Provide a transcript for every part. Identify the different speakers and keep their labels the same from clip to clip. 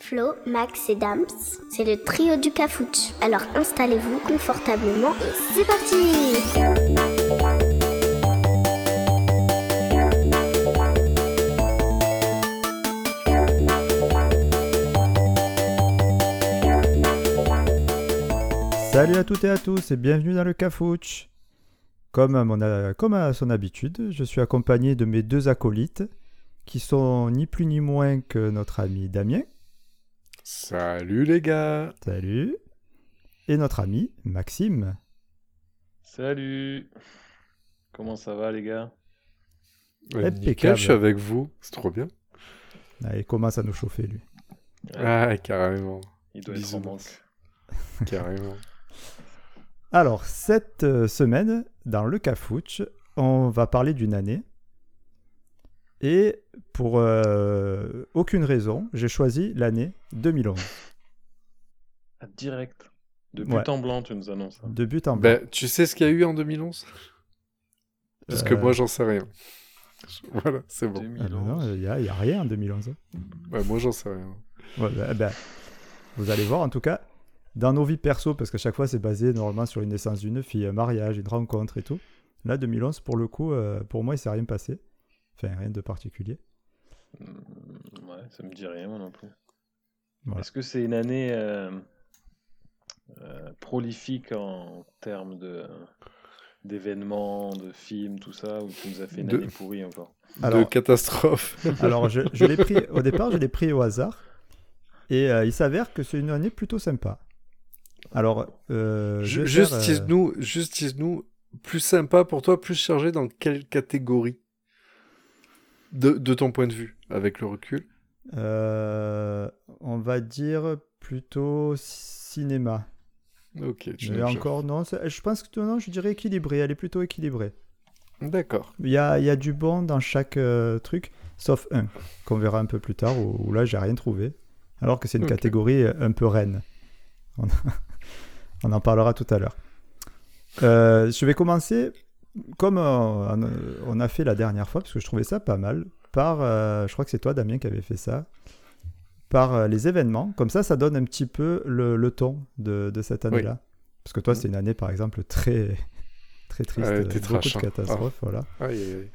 Speaker 1: Flo, Max et Dams, c'est le trio du Cafouche. Alors installez-vous confortablement et c'est parti
Speaker 2: Salut à toutes et à tous et bienvenue dans le Cafouche. Comme à, mon, euh, comme à son habitude, je suis accompagné de mes deux acolytes qui sont ni plus ni moins que notre ami Damien.
Speaker 3: Salut les gars
Speaker 2: Salut. Et notre ami Maxime.
Speaker 4: Salut Comment ça va les gars
Speaker 3: Ouais, Nickel,
Speaker 2: Impeccable.
Speaker 3: je suis avec vous, c'est trop bien.
Speaker 2: Ah, il commence à nous chauffer lui.
Speaker 3: Ah, carrément,
Speaker 4: Il doit être en
Speaker 3: Bisounours.
Speaker 4: manque.
Speaker 3: carrément.
Speaker 2: Alors, cette euh, semaine, dans le Cafouche, on va parler d'une année. Et pour euh, aucune raison, j'ai choisi l'année 2011,
Speaker 4: Ah, Direct. De but
Speaker 2: Ouais.
Speaker 4: en blanc, tu nous annonces. hein.
Speaker 2: de but en blanc.
Speaker 3: Bah, tu sais ce qu'il y a eu en 2011 Parce que
Speaker 2: Euh,
Speaker 3: moi, j'en sais rien. Je- Voilà, c'est bon.
Speaker 4: 2011.
Speaker 2: ah bah non, il n'y a, il y a rien en 2011.
Speaker 3: Ouais, moi, j'en sais rien.
Speaker 2: Ouais, bah, bah, vous allez voir, en tout cas, dans nos vies perso, parce qu'à chaque fois, c'est basé normalement sur une naissance d'une fille, un mariage, une rencontre et tout. Là, 2011, pour le coup, euh, pour moi, il s'est rien passé. Enfin, rien de particulier.
Speaker 4: Hmm, Ouais, ça me dit rien moi non plus.
Speaker 2: Voilà.
Speaker 4: Est-ce que c'est une année euh, euh, prolifique en termes de d'événements, de films, tout ça, ou tu nous as fait une
Speaker 3: De-
Speaker 4: année pourrie encore
Speaker 3: De
Speaker 2: Alors- euh,
Speaker 3: catastrophe.
Speaker 2: Alors, je, je l'ai pris, au départ, je l'ai pris au hasard. Et euh, il s'avère que c'est une année plutôt sympa. Alors, euh, je
Speaker 3: Ju-
Speaker 2: vais
Speaker 3: Juste
Speaker 2: faire, euh,
Speaker 3: dis-nous, juste dis-nous, plus sympa pour toi, plus chargé dans quelle catégorie de, de ton point de vue, avec le recul
Speaker 2: euh, on va dire plutôt cinéma.
Speaker 3: Ok, tu
Speaker 2: Mais
Speaker 3: l'as déjà.
Speaker 2: encore, non, c'est- je pense que non, je dirais équilibré. Elle est plutôt équilibrée.
Speaker 3: D'accord.
Speaker 2: Il y a, il y a du bon dans chaque euh, truc, sauf un, qu'on verra un peu plus tard, où, où là, j'ai rien trouvé. Alors que c'est une
Speaker 3: Ok.
Speaker 2: catégorie euh, un peu reine. On, on en parlera tout à l'heure. Euh, je vais commencer, comme euh, on, on a fait la dernière fois, parce que je trouvais ça pas mal, par, euh, je crois que c'est toi, Damien, qui avait fait ça, par euh, les événements. Comme ça, ça donne un petit peu le, le ton de, de cette année-là. Parce que toi, c'est une année, par exemple, très, très triste,
Speaker 3: Mm. Ouais, t'es
Speaker 2: beaucoup
Speaker 3: trash,
Speaker 2: de
Speaker 3: hein.
Speaker 2: catastrophes, voilà.
Speaker 3: Aïe, aïe, aïe.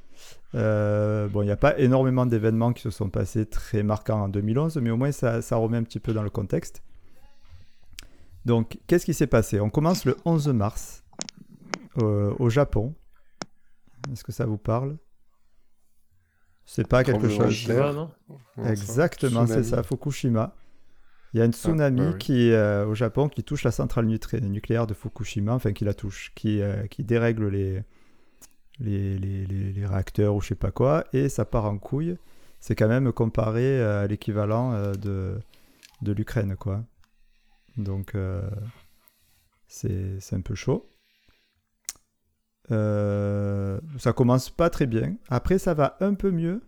Speaker 2: Euh, bon, il n'y a pas énormément d'événements qui se sont passés très marquants en 2011, mais au moins ça, ça remet un petit peu dans le contexte. Donc, qu'est-ce qui s'est passé On commence le 11 mars euh, au Japon. Est-ce que ça vous parle C'est pas quelque
Speaker 3: Tremblement de
Speaker 2: chose.
Speaker 3: terre.
Speaker 4: Fukushima, non
Speaker 3: Non, ça-
Speaker 2: Exactement, c'est
Speaker 3: tsunami.
Speaker 2: ça, à Fukushima. Il y a une tsunami
Speaker 3: bah oui.
Speaker 2: qui, euh, au Japon qui touche la centrale nutri- nucléaire de Fukushima, enfin qui la touche, qui, euh, qui dérègle les, les, les- les- les réacteurs ou je sais pas quoi, et ça part en couille. C'est quand même comparé euh, à l'équivalent euh, de, de l'Ukraine, quoi. Donc, euh, c'est c'est un peu chaud. Euh, ça commence pas très bien. Après, ça va un peu mieux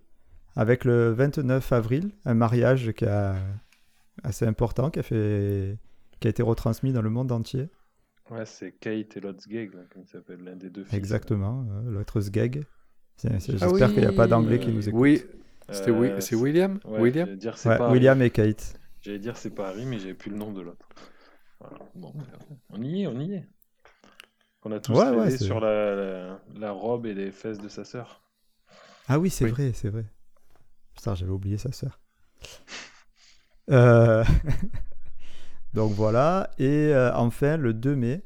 Speaker 2: avec le 29 avril, un mariage qui a assez important, qui a fait, qui a été retransmis dans le monde entier.
Speaker 4: Ouais, c'est Kate et l'autre gag, là, comme il s'appelle, l'un des deux filles.
Speaker 2: Exactement, euh, l'autre Sgeg. C'est- c'est-
Speaker 3: Ah
Speaker 2: J'espère
Speaker 3: oui,
Speaker 2: qu'il n'y a pas d'anglais qui
Speaker 4: euh,
Speaker 2: nous écoute.
Speaker 3: Oui,
Speaker 4: Euh,
Speaker 3: c'était Wi- c'est William
Speaker 4: ouais,
Speaker 3: William
Speaker 4: j'allais dire c'est
Speaker 2: Ouais,
Speaker 4: pas
Speaker 2: William et Kate.
Speaker 4: Harry. J'allais dire c'est pas Harry, mais j'avais plus le nom de l'autre. Voilà. Bon, on y est, on y est. On a tous
Speaker 2: Ouais,
Speaker 4: rêvé
Speaker 2: ouais, c'est-
Speaker 4: sur la, la, la robe et les fesses de sa sœur.
Speaker 2: Ah oui, c'est
Speaker 3: Oui.
Speaker 2: vrai, c'est vrai. Putain, j'avais oublié sa sœur. Euh, Donc voilà, et euh, enfin le 2 mai,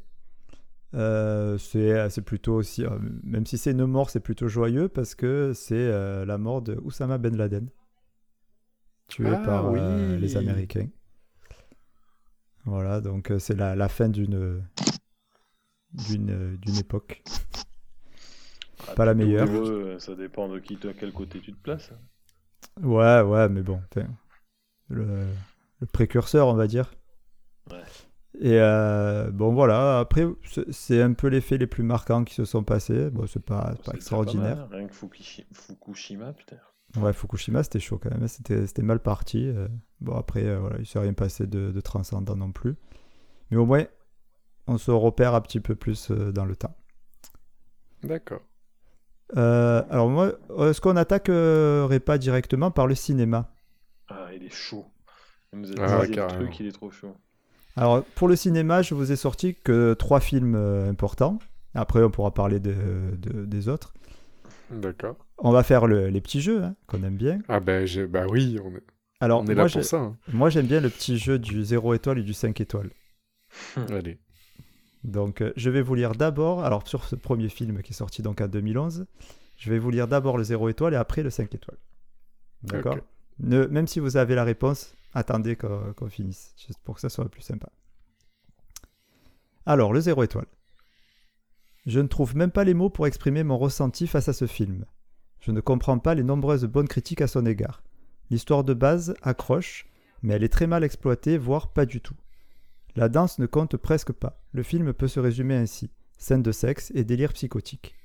Speaker 2: euh, c'est c'est plutôt aussi, euh, même si c'est une mort, c'est plutôt joyeux parce que c'est euh, la mort de Oussama Ben Laden, tué
Speaker 3: Ah
Speaker 2: par euh,
Speaker 3: oui.
Speaker 2: les Américains. Voilà, donc euh, c'est la, la fin d'une d'une d'une époque. Pas la meilleure.
Speaker 4: Pour eux, euh, ça dépend de qui, de quel côté tu te places.
Speaker 2: Ouais, ouais, mais bon, enfin, le, le précurseur, on va dire.
Speaker 4: Ouais.
Speaker 2: Et euh, bon, voilà, après, c'est- c'est un peu les faits les plus marquants qui se sont passés. Bon, c'est pas, Oh, c'est
Speaker 4: C'est
Speaker 2: pas extraordinaire.
Speaker 4: mal, rien que Fukushi- Fukushima, putain.
Speaker 2: Ouais, Fukushima, c'était chaud quand même, hein. c'était c'était mal parti. euh. Bon, après, euh, voilà, il s'est rien passé de, de transcendant non plus. Mais au moins, on se repère un petit peu plus euh, dans le temps.
Speaker 3: D'accord.
Speaker 2: Euh, alors, moi, euh, est-ce qu'on attaquerait pas directement par le cinéma
Speaker 4: Ah, il est chaud. Il nous a
Speaker 3: Ah,
Speaker 4: dit le
Speaker 3: carrément.
Speaker 4: truc, il est trop chaud.
Speaker 2: Alors, pour le cinéma, je vous ai sorti que trois films euh, importants. Après, on pourra parler de- de- des autres.
Speaker 3: D'accord.
Speaker 2: On va faire le- les petits jeux hein, qu'on aime bien.
Speaker 3: Ah ben j'ai- bah oui, on est,
Speaker 2: Alors,
Speaker 3: on est
Speaker 2: moi,
Speaker 3: là
Speaker 2: j'ai-
Speaker 3: pour ça. hein.
Speaker 2: moi, j'aime bien le petit jeu du 0 étoile et du 5 étoiles.
Speaker 4: Hum.
Speaker 3: Allez.
Speaker 2: Donc, euh, je vais vous lire d'abord, alors sur ce premier film qui est sorti donc en 2011, je vais vous lire d'abord le 0 étoile et après le 5 étoiles. D'accord
Speaker 3: Ok.
Speaker 2: Ne- Même si vous avez la réponse, attendez qu'on qu'on finisse, juste pour que ça soit plus sympa. Alors, le 0 étoile. Je ne trouve même pas les mots pour exprimer mon ressenti face à ce film. Je ne comprends pas les nombreuses bonnes critiques à son égard. L'histoire de base accroche, mais elle est très mal exploitée, voire pas du tout. La danse ne compte presque pas. Le film peut se résumer ainsi scène de sexe et délire psychotique.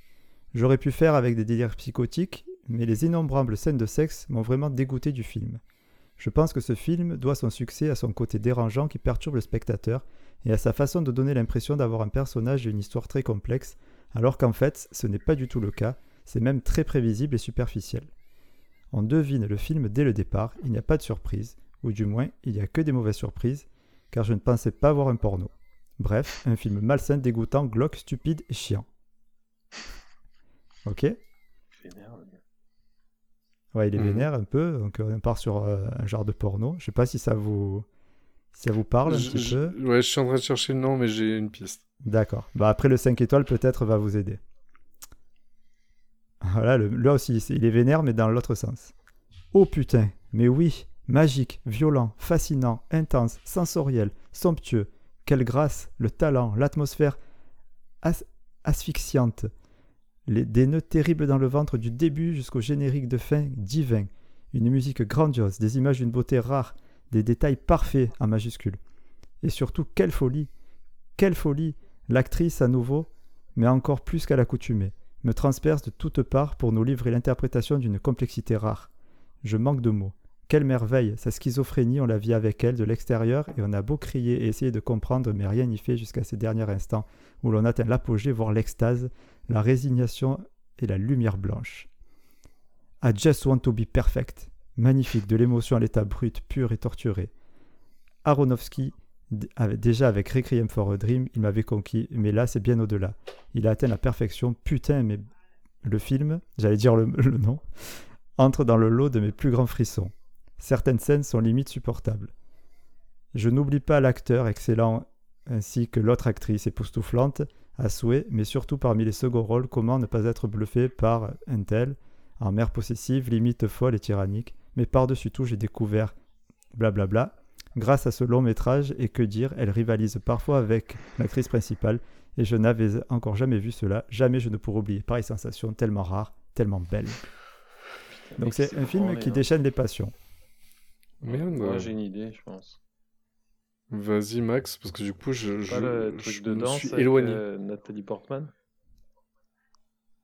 Speaker 2: J'aurais pu faire avec des délires psychotiques, mais les innombrables scènes de sexe m'ont vraiment dégoûté du film. Je pense que ce film doit son succès à son côté dérangeant qui perturbe le spectateur et à sa façon de donner l'impression d'avoir un personnage et une histoire très complexe, alors qu'en fait, ce n'est pas du tout le cas, c'est même très prévisible et superficiel. On devine le film dès le départ, il n'y a pas de surprise, ou du moins, il n'y a que des mauvaises surprises, car je ne pensais pas voir un porno. Bref, un film malsain, dégoûtant, glauque, stupide et chiant. Ok
Speaker 4: Vénère, le gars.
Speaker 2: Ouais, il est
Speaker 3: Mhm.
Speaker 2: vénère un peu, donc euh, on part sur euh, un genre de porno. Je sais pas si ça vous, si ça vous parle un
Speaker 3: Je-
Speaker 2: petit
Speaker 3: je-
Speaker 2: peu.
Speaker 3: Ouais, je suis en train de chercher le nom, mais j'ai une piste.
Speaker 2: D'accord. Bah après le 5 étoiles peut-être va vous aider. Voilà, le, là aussi c'est- il est vénère mais dans l'autre sens. Oh putain, mais oui, magique, violent, fascinant, intense, sensoriel, somptueux. Quelle grâce, le talent, l'atmosphère as- asphyxiante. Les, des nœuds terribles dans le ventre du début jusqu'au générique de fin divin. Une musique grandiose, des images d'une beauté rare, des détails parfaits en majuscule. Et surtout, quelle folie Quelle folie L'actrice, à nouveau, mais encore plus qu'à l'accoutumée, me transperce de toutes parts pour nous livrer l'interprétation d'une complexité rare. Je manque de mots. Quelle merveille Sa schizophrénie, on la vit avec elle de l'extérieur et on a beau crier et essayer de comprendre, mais rien n'y fait jusqu'à ces derniers instants où l'on atteint l'apogée, voire l'extase, la résignation et la lumière blanche. I just want to be perfect. Magnifique, de l'émotion à l'état brut, pur et torturé. Aronofsky, d- avec- déjà avec Requiem for a Dream, il m'avait conquis, mais là c'est bien au-delà. Il a atteint la perfection, putain, mais le film, j'allais dire le, le nom, entre dans le lot de mes plus grands frissons. Certaines scènes sont limite supportables. Je n'oublie pas l'acteur excellent ainsi que l'autre actrice époustouflante à souhait, mais surtout parmi les seconds rôles, comment ne pas être bluffé par un tel, en mère possessive, limite folle et tyrannique, mais par-dessus tout j'ai découvert blablabla, Grâce à ce long métrage, et que dire, elle rivalise parfois avec l'actrice principale, et je n'avais encore jamais vu cela, jamais je ne pourrais oublier pareille sensation tellement rare, tellement belle. Donc
Speaker 4: mec,
Speaker 2: c'est
Speaker 4: c'est
Speaker 2: un film
Speaker 4: branlé,
Speaker 2: qui
Speaker 4: hein.
Speaker 2: déchaîne les passions.
Speaker 3: Merde.
Speaker 4: Moi, j'ai une idée, je pense.
Speaker 3: Vas-y Max, parce que du coup je, je,
Speaker 4: Pas le
Speaker 3: je
Speaker 4: truc de
Speaker 3: me
Speaker 4: danse
Speaker 3: suis
Speaker 4: avec,
Speaker 3: éloigné.
Speaker 4: euh, Nathalie Portman.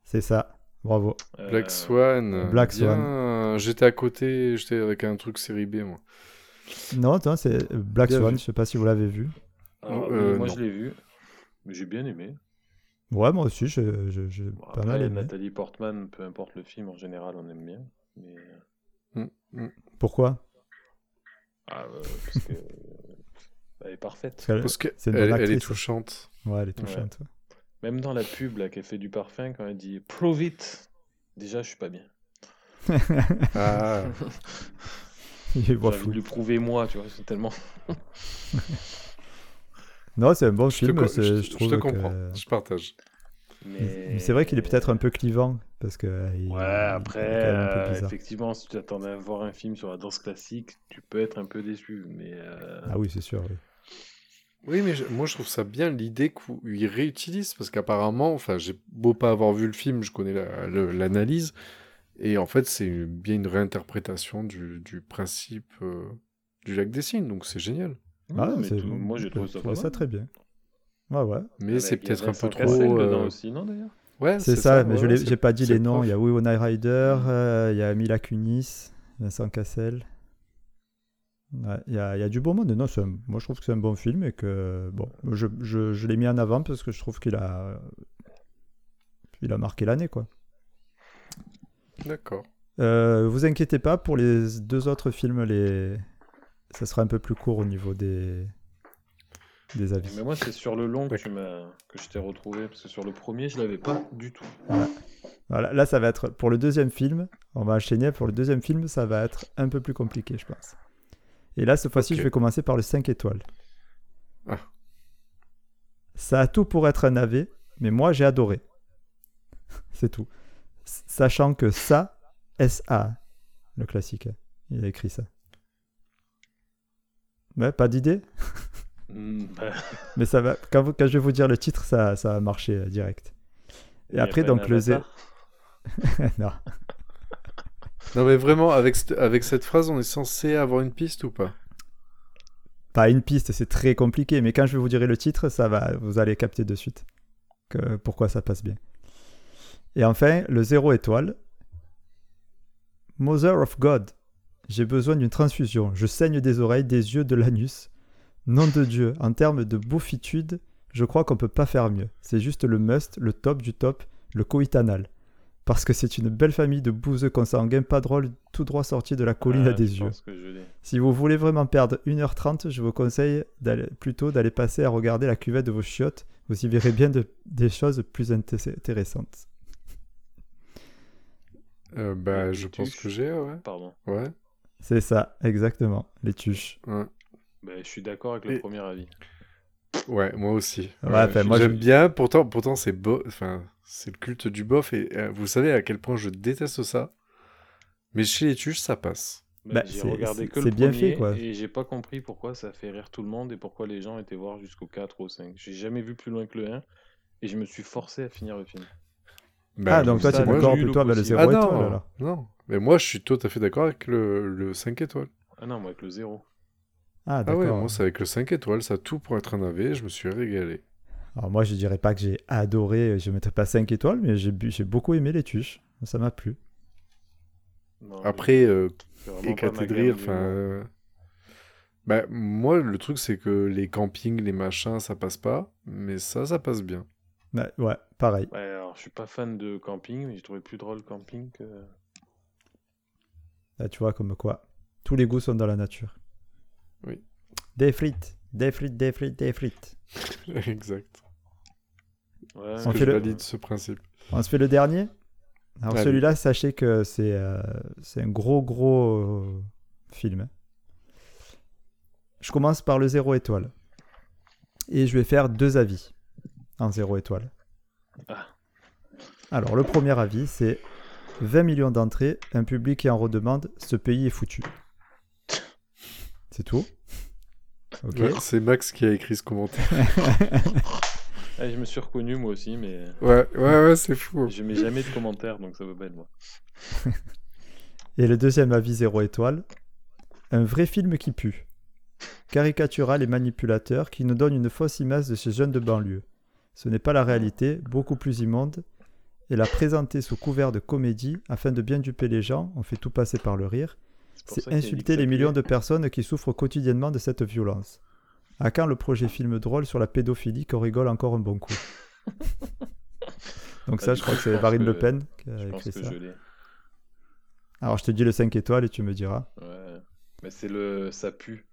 Speaker 2: C'est ça, bravo.
Speaker 4: Euh,
Speaker 3: Black Swan.
Speaker 2: Black
Speaker 3: bien. J'étais à côté, j'étais avec un truc série B moi.
Speaker 2: Non, attends, c'est Black
Speaker 3: Bien
Speaker 2: Swan,
Speaker 3: vu.
Speaker 2: je sais pas si vous l'avez vu.
Speaker 4: alors,
Speaker 3: Euh,
Speaker 4: moi,
Speaker 3: non.
Speaker 4: je l'ai vu. Mais J'ai bien aimé.
Speaker 2: Ouais, moi aussi, je- je- j'ai
Speaker 4: Bon,
Speaker 2: pas
Speaker 4: après,
Speaker 2: mal aimé.
Speaker 4: Nathalie Portman, peu importe le film, en général, on aime bien. Mais... euh,
Speaker 2: Pourquoi
Speaker 4: Ah, euh, parce que... Elle est parfaite.
Speaker 2: Parce qu'elle-
Speaker 3: Parce qu'elle
Speaker 2: c'est une bonne
Speaker 3: elle est
Speaker 2: actrice.
Speaker 3: touchante.
Speaker 2: Ouais, elle est touchante. ouais.
Speaker 4: Même dans la pub là, qu'elle fait du parfum, quand elle dit Prove it, déjà je suis pas bien.
Speaker 3: Ah,
Speaker 2: Il est
Speaker 4: J'ai
Speaker 2: bon
Speaker 4: envie
Speaker 2: fou.
Speaker 4: de le prouver moi, tu vois, c'est tellement.
Speaker 2: Non, c'est un bon
Speaker 3: je, te,
Speaker 2: film,
Speaker 3: co-
Speaker 2: c'est-
Speaker 3: je-
Speaker 2: je,
Speaker 3: je te
Speaker 2: trouve. que-
Speaker 3: comprends, je partage.
Speaker 2: Mm. Mais c'est vrai qu'il est peut-être un peu clivant, parce que... euh, il-
Speaker 4: Ouais,
Speaker 2: il est
Speaker 4: après,
Speaker 2: quand même un peu
Speaker 4: euh,
Speaker 2: bizarre.
Speaker 4: effectivement, si tu t'attendais à voir un film sur la danse classique, tu peux être un peu déçu. Mais euh,
Speaker 2: Ah oui, c'est sûr, oui.
Speaker 3: Oui, mais je- moi je trouve ça bien l'idée qu'ils réutilisent parce qu'apparemment, enfin, j'ai beau pas avoir vu le film, je connais la- le- l'analyse et en fait c'est une- bien une réinterprétation du, du principe euh, du lac des signes, donc c'est génial.
Speaker 2: Ah,
Speaker 4: non, mais
Speaker 2: c'est-
Speaker 4: tout- moi j'ai trouvé ça pas mal.
Speaker 2: très bien. Ouais, ouais.
Speaker 3: Mais
Speaker 4: Avec-
Speaker 3: c'est
Speaker 4: Ah bah, il y a
Speaker 3: peut-être un peu
Speaker 4: Vincent
Speaker 3: trop.
Speaker 4: Cassel
Speaker 3: euh,
Speaker 4: dedans aussi, non d'ailleurs
Speaker 3: Ouais,
Speaker 2: C'est ça, mais
Speaker 3: ouais,
Speaker 2: je
Speaker 3: ouais,
Speaker 2: l'ai-
Speaker 3: c'est-
Speaker 2: j'ai pas dit
Speaker 3: c'est
Speaker 2: les noms.
Speaker 3: prof.
Speaker 2: Il y a Wee Night Rider, euh, il y a Mila Kunis, Vincent Cassel. Ouais, il, y a, il y a du bon monde. Non, c'est un- moi, je trouve que c'est un bon film et que bon, je, je- je l'ai mis en avant parce que je trouve qu'il a, il a marqué l'année. quoi.
Speaker 3: D'accord.
Speaker 2: Euh, vous inquiétez pas pour les deux autres films, les ça sera un peu plus court au niveau des, des avis.
Speaker 4: Mais moi, c'est sur le long que,
Speaker 3: Ouais.
Speaker 4: tu m'as- que je t'ai retrouvé, parce que sur le premier, je l'avais pas du tout.
Speaker 2: Voilà, là, ça va être pour le deuxième film. On va enchaîner. Pour le deuxième film, ça va être un peu plus compliqué, je pense. Et là, cette fois-ci,
Speaker 3: Ok.
Speaker 2: je vais commencer par le 5 étoiles.
Speaker 3: Ah.
Speaker 2: Ça a tout pour être un AV, mais moi, j'ai adoré. C'est tout. S- Sachant que ça, S.A., le classique, hein, il a écrit ça. Ouais, pas d'idée
Speaker 4: Hmm.
Speaker 2: Mais ça va. Quand, vous- quand je vais vous dire le titre, ça, ça a marché euh, direct. Et
Speaker 4: Il y a
Speaker 2: après,
Speaker 4: pas une
Speaker 2: donc, le zé-
Speaker 4: avatar.
Speaker 2: non.
Speaker 3: Non, mais vraiment, avec, cette- avec cette phrase, on est censé avoir une piste ou pas
Speaker 2: pas une piste, c'est très compliqué, mais quand je vais vous dirai le titre, ça va, vous allez capter de suite que, pourquoi ça passe bien. Et enfin, le zéro étoile. Mother of God, j'ai besoin d'une transfusion. Je saigne des oreilles, des yeux, de l'anus. Nom de Dieu, en termes de bouffitude, je crois qu'on peut pas faire mieux. C'est juste le must, le top du top, le coït anal. Parce que c'est une belle famille de bouseux consanguins, pas drôle, tout droit sorti de la colline
Speaker 4: Ah,
Speaker 2: à des
Speaker 4: je
Speaker 2: yeux.
Speaker 4: pense que je l'ai.
Speaker 2: Si vous voulez vraiment perdre 1h30, je vous conseille d'aller- plutôt d'aller passer à regarder la cuvette de vos chiottes. Vous y verrez bien de- des choses plus inté- intéressantes.
Speaker 3: Euh, Bah,
Speaker 4: Les
Speaker 3: je
Speaker 4: tuches.
Speaker 3: pense que j'ai, ouais.
Speaker 4: Pardon.
Speaker 3: Ouais.
Speaker 2: C'est ça, exactement, les tuches.
Speaker 3: ouais.
Speaker 4: Ben, je suis d'accord avec le
Speaker 3: Et-
Speaker 4: premier avis.
Speaker 3: Ouais, moi aussi.
Speaker 2: Ouais,
Speaker 3: Ouais,
Speaker 2: enfin, moi,
Speaker 3: J'aime
Speaker 2: je-
Speaker 3: bien, pourtant, pourtant c'est bo... enfin, c'est le culte du bof, et euh, vous savez à quel point je déteste ça. Mais chez les tuches, ça passe.
Speaker 4: Ben,
Speaker 2: Bah,
Speaker 4: j'ai
Speaker 2: c'est-
Speaker 4: regardé
Speaker 2: c'est-
Speaker 4: que le
Speaker 2: c'est bien
Speaker 4: premier
Speaker 2: fait, quoi.
Speaker 4: et j'ai pas compris pourquoi ça fait rire tout le monde et pourquoi les gens étaient voir jusqu'au 4 ou au 5. J'ai jamais vu plus loin que le 1 et je me suis forcé à finir le film.
Speaker 3: Bah,
Speaker 2: ah, donc toi,
Speaker 3: ça,
Speaker 2: tu es
Speaker 4: t'es
Speaker 3: moi,
Speaker 2: d'accord
Speaker 4: j'ai eu
Speaker 2: plutôt avec le
Speaker 4: l'opposé.
Speaker 3: je-
Speaker 2: 0
Speaker 3: Ah
Speaker 2: étoile
Speaker 3: non,
Speaker 2: alors
Speaker 3: non. Mais moi, je suis tout à fait d'accord avec le, le 5 étoiles.
Speaker 4: Ah non, moi avec le 0.
Speaker 2: Ah,
Speaker 3: Ah
Speaker 2: d'accord.
Speaker 3: ouais, moi, c'est avec le 5 étoiles, ça a tout pour être un AV, je me suis régalé.
Speaker 2: Alors, moi, je dirais pas que j'ai adoré, euh, je ne mettrais pas 5 étoiles, mais j'ai bu- j'ai beaucoup aimé les tuches. Ça m'a plu.
Speaker 3: Après, euh,
Speaker 4: et
Speaker 3: éclaté de rire, enfin... euh, Bah, moi, le truc, c'est que les campings, les machins, ça passe pas, mais ça, ça passe bien.
Speaker 2: Bah, ouais, pareil.
Speaker 4: Ouais, alors je suis pas fan de camping, mais j'ai trouvé plus drôle camping que.
Speaker 2: Là, tu vois, comme quoi, tous les goûts sont dans la nature.
Speaker 3: Oui.
Speaker 2: Des frites, des frites, des frites, des frites.
Speaker 3: exact.
Speaker 4: Ouais,
Speaker 2: On
Speaker 3: que
Speaker 2: fait
Speaker 3: je
Speaker 2: le-
Speaker 3: valide ce principe.
Speaker 2: On se fait le dernier Alors
Speaker 3: Allez.
Speaker 2: celui-là, sachez que c'est euh, c'est un gros, gros euh, film. hein. Je commence par le 0 étoile. Et je vais faire deux avis en 0 étoile.
Speaker 4: Ah.
Speaker 2: Alors le premier avis, c'est 20 millions d'entrées, un public qui en redemande, ce pays est foutu. C'est tout Ok.
Speaker 3: Ouais, c'est Max qui a écrit ce commentaire.
Speaker 4: Ah, je me suis reconnu moi aussi, mais
Speaker 3: Ouais, ouais, ouais, c'est fou.
Speaker 4: je mets jamais de commentaires donc ça peut pas être moi.
Speaker 2: Et le deuxième avis 0 étoile, un vrai film qui pue, caricatural et manipulateur, qui nous donne une fausse image de ces jeunes de banlieue. Ce n'est pas la réalité, beaucoup plus immonde, et la présenter sous couvert de comédie afin de bien duper les gens, on fait tout passer par le rire,
Speaker 4: pour ça
Speaker 2: c'est
Speaker 4: qu'il a dit
Speaker 2: insulter
Speaker 4: que ça
Speaker 2: les millions
Speaker 4: puait.
Speaker 2: de personnes qui souffrent quotidiennement de cette violence. À quand le projet film drôle sur la pédophilie qu'on rigole encore un bon coup Donc
Speaker 4: Bah,
Speaker 2: ça,
Speaker 4: du
Speaker 2: je
Speaker 4: coup,
Speaker 2: crois que
Speaker 4: je
Speaker 2: c'est
Speaker 4: pense
Speaker 2: Marine
Speaker 4: que-
Speaker 2: Le Pen qui a
Speaker 4: Je pense
Speaker 2: écrit
Speaker 4: que
Speaker 2: ça.
Speaker 4: je l'ai.
Speaker 2: Alors je te dis le 5 étoiles et tu me diras.
Speaker 4: Ouais. Mais c'est le ça pue.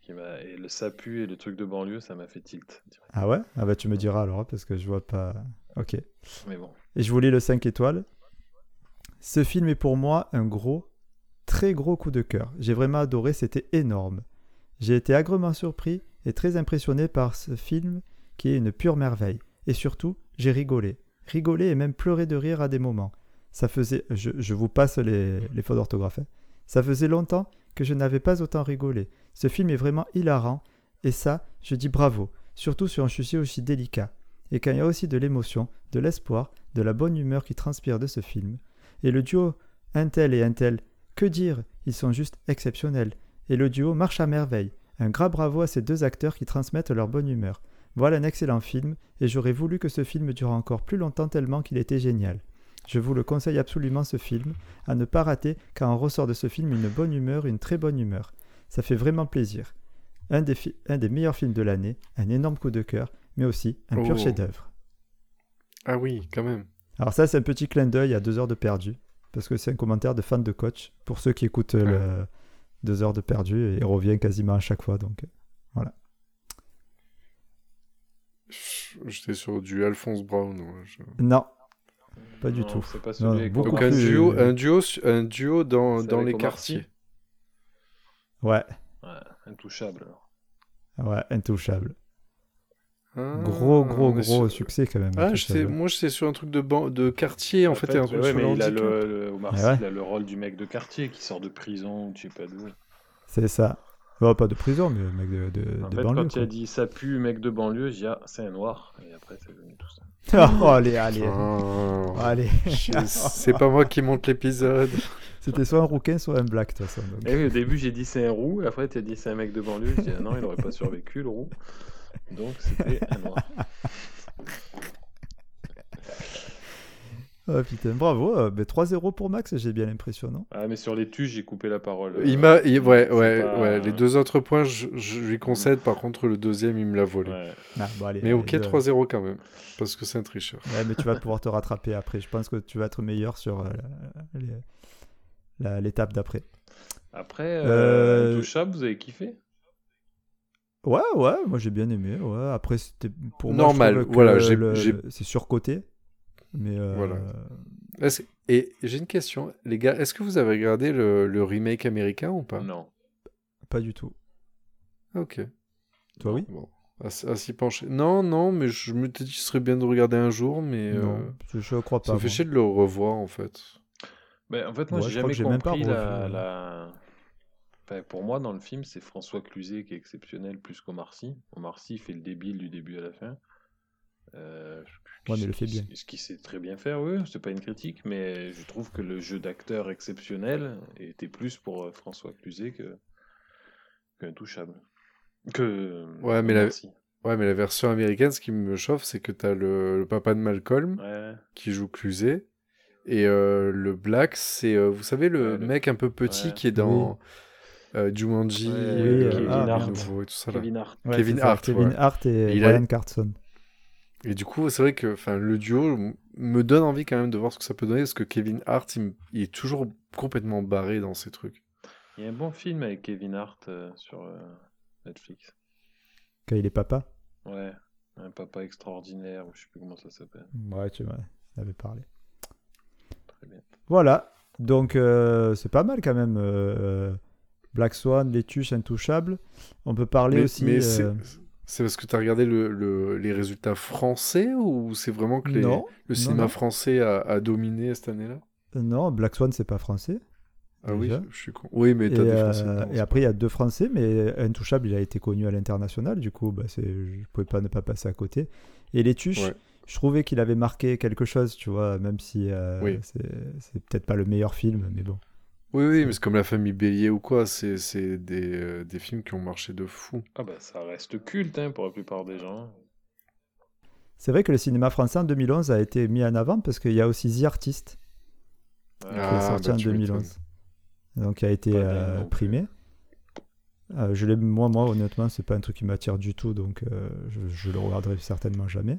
Speaker 4: Qui m'a... Et le ça pue et le truc de banlieue, ça m'a fait tilt. direct.
Speaker 2: Ah ouais Ah bah tu me diras alors, hein, parce que je vois pas... Ok. Et
Speaker 4: Mais bon.
Speaker 2: je vous lis le 5 étoiles. Ce film est pour moi un gros, très gros coup de cœur. J'ai vraiment adoré, c'était énorme. J'ai été agréablement surpris et très impressionné par ce film qui est une pure merveille. Et surtout, j'ai rigolé. Rigolé et même pleuré de rire à des moments. Ça faisait... Je, je vous passe les, les fautes d'orthographe. hein. Ça faisait longtemps que je n'avais pas autant rigolé. Ce film est vraiment hilarant et ça, je dis bravo. Surtout sur un sujet aussi délicat. Et quand il y a aussi de l'émotion, de l'espoir, de la bonne humeur qui transpire de ce film. Et le duo Intel et Intel, que dire Ils sont juste exceptionnels. Et le duo marche à merveille. Un grand bravo à ces deux acteurs qui transmettent leur bonne humeur. Voilà un excellent film, et j'aurais voulu que ce film dure encore plus longtemps tellement qu'il était génial. Je vous le conseille absolument ce film, à ne pas rater car on ressort de ce film une bonne humeur, une très bonne humeur. Ça fait vraiment plaisir. Un des, fi- un des meilleurs films de l'année, un énorme coup de cœur, mais aussi un pur
Speaker 3: Oh.
Speaker 2: chef-d'œuvre.
Speaker 3: Ah oui, quand même.
Speaker 2: Alors ça, c'est un petit clin d'œil à deux heures de perdu, parce que c'est un commentaire de fan de coach, pour ceux qui écoutent le, deux heures de perdu et il revient quasiment à chaque fois. Donc euh, voilà.
Speaker 3: J'étais sur du Alphonse Brown. ouais, je-
Speaker 2: Non, pas du
Speaker 4: Non,
Speaker 2: tout.
Speaker 4: C'est pas
Speaker 2: Non,
Speaker 4: celui avec euh.
Speaker 2: beaucoup
Speaker 3: Donc
Speaker 4: Omar
Speaker 3: un
Speaker 2: plus-
Speaker 4: Sy.
Speaker 3: duo, un duo, su- un duo dans,
Speaker 4: C'est
Speaker 3: dans
Speaker 4: avec
Speaker 3: les
Speaker 4: Omar
Speaker 3: quartiers.
Speaker 4: Sy.
Speaker 2: Ouais,
Speaker 4: Ouais, intouchable. alors.
Speaker 2: ouais, intouchable.
Speaker 3: Ah,
Speaker 2: Gros,
Speaker 3: on
Speaker 2: gros,
Speaker 3: est
Speaker 2: gros
Speaker 3: sur-
Speaker 2: succès quand même.
Speaker 3: Ah,
Speaker 2: Intouchable.
Speaker 3: j'étais- moi j'étais sur un truc de, ban- de quartier en, fait, et un truc
Speaker 4: ouais,
Speaker 3: sur hein.
Speaker 4: mais il a
Speaker 3: handicap.
Speaker 4: le, le- Omar
Speaker 2: Mais
Speaker 4: Sy,
Speaker 2: Ah ouais.
Speaker 4: il a le rôle du mec de quartier qui sort de prison, tu sais pas d'où.
Speaker 2: C'est ça. Bon, pas de prison, mais mec de, de,
Speaker 4: En
Speaker 2: de
Speaker 4: fait,
Speaker 2: banlieue.
Speaker 4: quand il a
Speaker 2: quoi.
Speaker 4: dit ça pue, mec de banlieue, j'ai dit ah, c'est un noir. Et après, c'est devenu tout ça.
Speaker 2: oh, allez,
Speaker 4: Ah.
Speaker 2: allez.
Speaker 3: Ah,
Speaker 2: Allez,
Speaker 3: je- c'est pas moi qui monte l'épisode.
Speaker 2: c'était soit un rouquin, soit un black, de toute façon. donc.
Speaker 4: Et Eh oui, au début, j'ai dit c'est un roux, et après, tu as dit c'est un mec de banlieue. J'ai dit ah, non, il aurait pas survécu, le roux. Donc, c'était un noir.
Speaker 2: Ah, putain, bravo. euh, mais 3-0 pour Max, j'ai bien l'impression, non
Speaker 4: Ah, mais sur les tues, j'ai coupé la parole.
Speaker 3: Il m'a, il- ouais,
Speaker 4: c'est
Speaker 3: ouais,
Speaker 4: pas-
Speaker 3: ouais. Les deux autres points, je, je lui concède. Par contre, le deuxième, il me l'a volé.
Speaker 4: Ouais. euh,
Speaker 2: Ah, bon, allez,
Speaker 3: Mais
Speaker 2: allez,
Speaker 3: ok,
Speaker 2: deux.
Speaker 3: 3-0 quand même, parce que c'est un tricheur.
Speaker 2: Ouais, mais tu vas pouvoir te rattraper après. Je pense que tu vas être meilleur sur euh, la- les- la- l'étape d'après.
Speaker 4: Après,
Speaker 2: Euh,
Speaker 4: euh... Intouchable, vous avez kiffé
Speaker 2: Ouais, ouais, moi j'ai bien aimé. Ouais. Après, c'était pour moi, je
Speaker 3: Normal,
Speaker 2: trouve que
Speaker 3: voilà, j'ai-
Speaker 2: le-
Speaker 3: j'ai-
Speaker 2: C'est surcoté. Mais euh,
Speaker 3: Voilà. Est-ce- Et j'ai une question, les gars, est-ce que vous avez regardé le, le remake américain ou pas
Speaker 4: Non.
Speaker 2: pas du tout.
Speaker 3: Ah, Ok.
Speaker 2: Toi, oui
Speaker 3: Bon, à, s- à s'y pencher. Non, non, mais je me dit ce serait bien de regarder un jour, mais
Speaker 2: Non,
Speaker 3: euh,
Speaker 2: je, je crois pas.
Speaker 3: ça fait
Speaker 2: moi.
Speaker 3: chier de le revoir en fait.
Speaker 4: Mais Bah, en fait, moi,
Speaker 2: Ouais,
Speaker 4: j'ai
Speaker 2: je crois
Speaker 4: jamais
Speaker 2: que j'ai même pas
Speaker 4: compris la.
Speaker 2: revu. euh.
Speaker 4: la- Enfin, pour moi, dans le film, c'est François Cluzet qui est exceptionnel plus qu'Omar Sy. Omar Sy fait le débile du début à la fin. Euh, je-
Speaker 2: Ouais, mais
Speaker 4: ce
Speaker 2: le fait
Speaker 4: qui-
Speaker 2: bien.
Speaker 4: Ce qui sait très bien faire, oui, c'est pas une critique, mais je trouve que le jeu d'acteur exceptionnel était plus pour euh, François Cluzet que qu'intouchable. Que
Speaker 3: Ouais, mais
Speaker 4: Omar
Speaker 3: la-
Speaker 4: Sy.
Speaker 3: Ouais, mais la version américaine, ce qui me chauffe, c'est que t'as le, le papa de Malcolm
Speaker 4: Ouais,
Speaker 3: qui joue Cluzet, et euh, le Black, c'est, euh, vous savez, le
Speaker 4: Ouais, le-
Speaker 3: mec un peu petit
Speaker 4: ouais.
Speaker 3: qui est dans euh, Jumanji,
Speaker 4: Ouais,
Speaker 3: euh,
Speaker 2: Kevin
Speaker 3: Le
Speaker 2: Hart.
Speaker 3: Nouveau et tout ça là.
Speaker 4: Kevin Hart.
Speaker 2: Ouais,
Speaker 3: Kevin
Speaker 2: c'est ça,
Speaker 3: Hart,
Speaker 2: Kevin
Speaker 3: ouais.
Speaker 2: Hart et
Speaker 3: Et il a-
Speaker 2: Brian Carson.
Speaker 3: Et du coup, c'est vrai que enfin, le duo m- me donne envie quand même de voir ce que ça peut donner, parce que Kevin Hart, il, m- il est toujours complètement barré dans ces trucs.
Speaker 4: Il y a un bon film avec Kevin Hart euh, sur euh, Netflix.
Speaker 2: Quand il est papa.
Speaker 4: Ouais, un papa extraordinaire, ou je sais plus comment ça s'appelle.
Speaker 2: Ouais, tu m'en avais parlé.
Speaker 4: Très bien.
Speaker 2: Voilà. Donc, euh, c'est pas mal quand même. euh, Black Swan, Les Tuches, Intouchables. On peut parler aussi.
Speaker 3: c'est-
Speaker 2: euh,
Speaker 3: c'est parce que tu as regardé le- le- les résultats français ou c'est vraiment que les-
Speaker 2: Non,
Speaker 3: le cinéma
Speaker 2: non.
Speaker 3: français a, a dominé cette année-là
Speaker 2: Euh, non, Black Swan, c'est pas français.
Speaker 3: Ah oui,
Speaker 2: Déjà.
Speaker 3: je suis con. Oui, mais
Speaker 2: Et,
Speaker 3: t'as des français.
Speaker 2: euh,
Speaker 3: dedans,
Speaker 2: et
Speaker 3: c'est
Speaker 2: après, il y a deux Français, mais Intouchable, il a été connu à l'international. Du coup, bah, c'est- je pouvais pas ne pas passer à côté. Et Les Tuches,
Speaker 3: Ouais.
Speaker 2: je trouvais qu'il avait marqué quelque chose, tu vois, même si euh,
Speaker 3: Oui.
Speaker 2: c'est c'est peut-être pas le meilleur film, mais bon.
Speaker 3: Oui, oui, mais c'est comme La famille Bélier ou quoi, c'est c'est des, euh, des films qui ont marché de fou.
Speaker 4: Ah bah ça reste culte hein, pour la plupart des gens.
Speaker 2: C'est vrai que le cinéma français en 2011 a été mis en avant parce qu'il y a aussi The Artist.
Speaker 4: Ouais,
Speaker 2: qui est
Speaker 3: Ah,
Speaker 2: sorti
Speaker 3: bah,
Speaker 2: en
Speaker 3: tu m'étonnes.
Speaker 2: 2011. Donc qui a été
Speaker 4: Pas dingue
Speaker 2: euh,
Speaker 4: non plus.
Speaker 2: primé. Euh, je l'ai- moi, moi, honnêtement, c'est pas un truc qui m'attire du tout, donc euh, je, je le regarderai certainement jamais.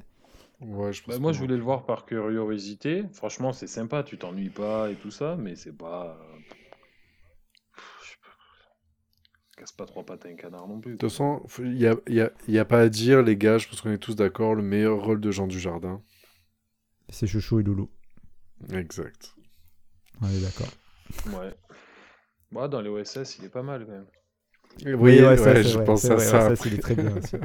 Speaker 3: Ouais, je pense
Speaker 4: Bah,
Speaker 3: que
Speaker 4: moi je
Speaker 3: non.
Speaker 4: voulais le voir par curiosité. Franchement c'est sympa, tu t'ennuies pas et tout ça, mais c'est pas... euh, Pff, je sais pas. Casse pas trois pattes à un canard non plus.
Speaker 3: De toute façon, il n'y a, y a- y a pas à dire, les gars, je pense qu'on est tous d'accord, le meilleur rôle de Jean Dujardin.
Speaker 2: C'est Chouchou et Loulou,
Speaker 3: Exact.
Speaker 2: on est d'accord.
Speaker 4: Ouais. Ouais, dans les OSS il est pas mal quand même.
Speaker 3: Oui, ouais,
Speaker 2: ça, c'est
Speaker 3: je
Speaker 2: vrai,
Speaker 3: pense
Speaker 2: c'est
Speaker 3: à
Speaker 2: vrai, ouais,
Speaker 3: ça.
Speaker 2: c'est très bien aussi.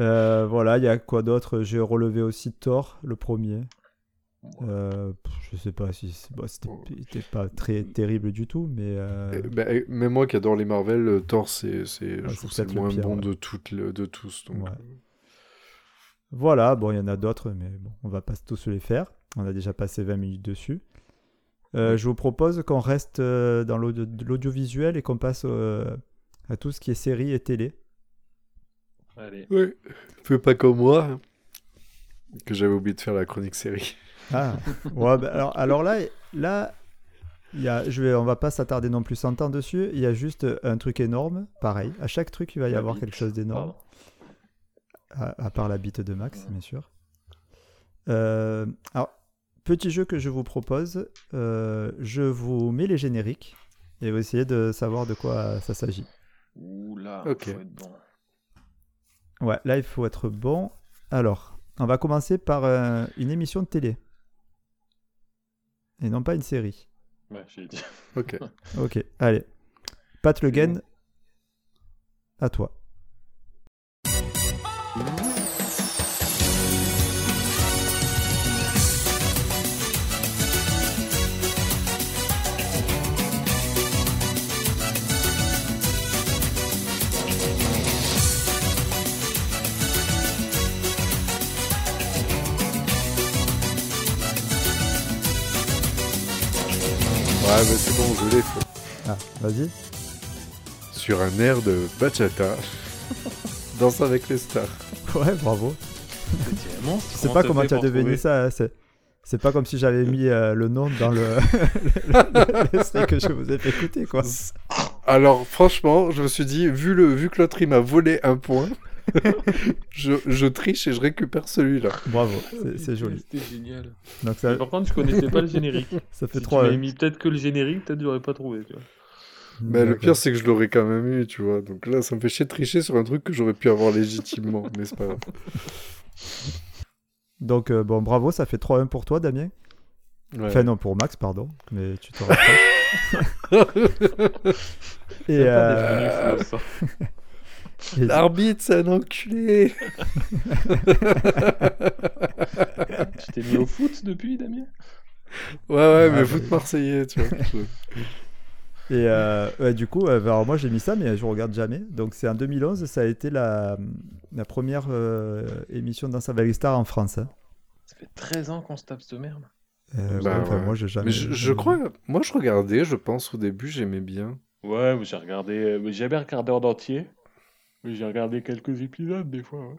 Speaker 2: Euh, voilà, il y a quoi d'autre J'ai relevé aussi Thor, le premier. Euh, pff, je sais pas si c'est- bah, c'était c'était pas très terrible du tout, mais euh,
Speaker 3: Eh ben, eh, même moi qui adore les Marvel, euh, Thor, c'est, c'est, je
Speaker 2: c'est
Speaker 3: trouve que c'est le
Speaker 2: peut-être le
Speaker 3: moins
Speaker 2: pire,
Speaker 3: bon
Speaker 2: ouais.
Speaker 3: de, toutes le- de tous. Donc,
Speaker 2: Ouais. Voilà, bon, il y en a d'autres, mais bon, on va pas tous les faire. On a déjà passé 20 minutes dessus. Euh, je vous propose qu'on reste euh, dans l'audio- l'audiovisuel et qu'on passe euh, à tout ce qui est série et télé.
Speaker 4: Allez.
Speaker 3: Ouais. Fais pas comme moi, hein, que j'avais oublié de faire la chronique série.
Speaker 2: Ah, ouais, bah, alors, alors là, là il y a, je vais, on va pas s'attarder non plus 100 ans dessus. Il y a juste un truc énorme, pareil. À chaque truc, il va y
Speaker 4: La
Speaker 2: avoir
Speaker 4: bite.
Speaker 2: quelque chose d'énorme.
Speaker 4: Pardon.
Speaker 2: à, à part la bite de Max,
Speaker 4: Ouais.
Speaker 2: bien sûr. Euh, alors, petit jeu que je vous propose, euh, je vous mets les génériques et vous essayez de savoir de quoi euh, ça s'agit.
Speaker 4: Ouh là,
Speaker 3: Ok.
Speaker 4: faut être bon.
Speaker 2: Ouais, là, il faut être bon. Alors, on va commencer par euh, une émission de télé. Et non pas une série.
Speaker 4: Ouais, j'ai dit.
Speaker 3: Ok.
Speaker 2: Ok, allez. Pat Le Guen, à toi.
Speaker 3: Ouais, bah c'est bon, je l'ai fait.
Speaker 2: Ah, vas-y.
Speaker 3: Sur un air de bachata. Danse avec les stars.
Speaker 2: Ouais, bravo.
Speaker 4: C'était un monstre.
Speaker 2: Je sais pas comment tu as devenu ça. hein, C'est, c'est pas comme si j'avais mis euh, le nom dans le, le, le- le truc que je vous ai fait écouter, quoi.
Speaker 3: Alors, franchement, je me suis dit, vu, le, vu que l'autre il m'a volé un point, je, je triche et je récupère celui-là.
Speaker 2: Bravo, c'est, c'est joli.
Speaker 4: C'était génial.
Speaker 2: Donc ça,
Speaker 4: Par contre, je connaissais pas le générique.
Speaker 2: ça fait
Speaker 4: Si tu
Speaker 2: trois. euh,
Speaker 4: m'avais mis peut-être que le générique, peut-être j'aurais pas trouvé. Tu vois.
Speaker 3: Mais le
Speaker 2: D'accord.
Speaker 3: pire, c'est que je l'aurais quand même eu, tu vois. Donc là, ça me fait chier de tricher sur un truc que j'aurais pu avoir légitimement, mais c'est pas grave.
Speaker 2: Donc euh, bon, bravo, ça fait 3-1 pour toi, Damien.
Speaker 3: Ouais.
Speaker 2: Enfin non, pour Max, pardon. Mais tu te rapproches. Et,
Speaker 4: Sympa
Speaker 2: euh,
Speaker 4: d'être venu, Flo, ça.
Speaker 2: et-
Speaker 3: L'arbitre, c'est un enculé
Speaker 4: Tu t'es mis au foot depuis, Damien
Speaker 3: Ouais, ouais, mais
Speaker 2: bah
Speaker 3: foot
Speaker 2: oui.
Speaker 3: marseillais, tu vois.
Speaker 2: Et euh, ouais, du coup, euh, alors moi j'ai mis ça, mais je regarde jamais. Donc c'est en 2011, ça a été la, la première euh, émission de Danse avec les stars en France. hein.
Speaker 4: Ça fait 13 ans qu'on se tape cette merde.
Speaker 2: Euh,
Speaker 3: Bah
Speaker 2: ouais, enfin,
Speaker 3: ouais.
Speaker 2: Moi j'ai jamais.
Speaker 3: mais je, je
Speaker 2: jamais-
Speaker 3: crois... Moi, je regardais, je pense, au début, j'aimais bien.
Speaker 4: Ouais, mais j'ai regardé. euh, mais J'ai jamais regardé en entier. Mais j'ai regardé quelques épisodes des fois. ouais.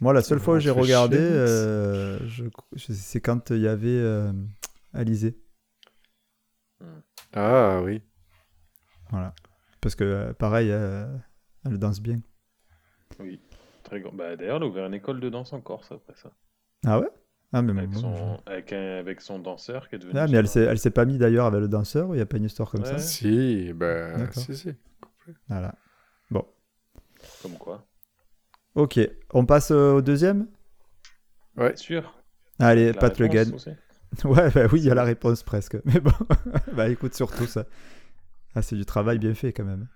Speaker 2: Moi la seule fois
Speaker 3: Oh,
Speaker 2: où j'ai
Speaker 3: fait
Speaker 2: regardé,
Speaker 3: chier, Max.
Speaker 2: euh, je- je- c'est quand il y avait euh, Alizé.
Speaker 3: Ah, oui.
Speaker 2: Voilà. Parce que euh, pareil, euh, elle danse bien.
Speaker 4: Oui. Très grand. Bah, D'ailleurs, elle a ouvert une école de danse en Corse après ça.
Speaker 2: Ah ouais Ah mais,
Speaker 4: Avec
Speaker 2: moi,
Speaker 4: son, avec un- avec son danseur qui est
Speaker 2: je-
Speaker 4: devenu.
Speaker 2: Ah, mais elle s'est elle s'est pas mise d'ailleurs avec le danseur, il n'y a pas une histoire comme
Speaker 4: Ouais.
Speaker 2: ça.
Speaker 3: Si, bah,
Speaker 2: D'accord.
Speaker 3: si, si.
Speaker 2: Voilà.
Speaker 4: Comme quoi.
Speaker 2: Ok, on passe euh, au deuxième
Speaker 4: T'es sûr
Speaker 2: Allez,
Speaker 4: Avec la
Speaker 2: Pat Le
Speaker 4: réponse
Speaker 2: Guen.
Speaker 4: aussi
Speaker 2: Ouais, bah oui, il y a la réponse presque. Mais bon, bah écoute surtout ça. Ah, c'est du travail bien fait quand même.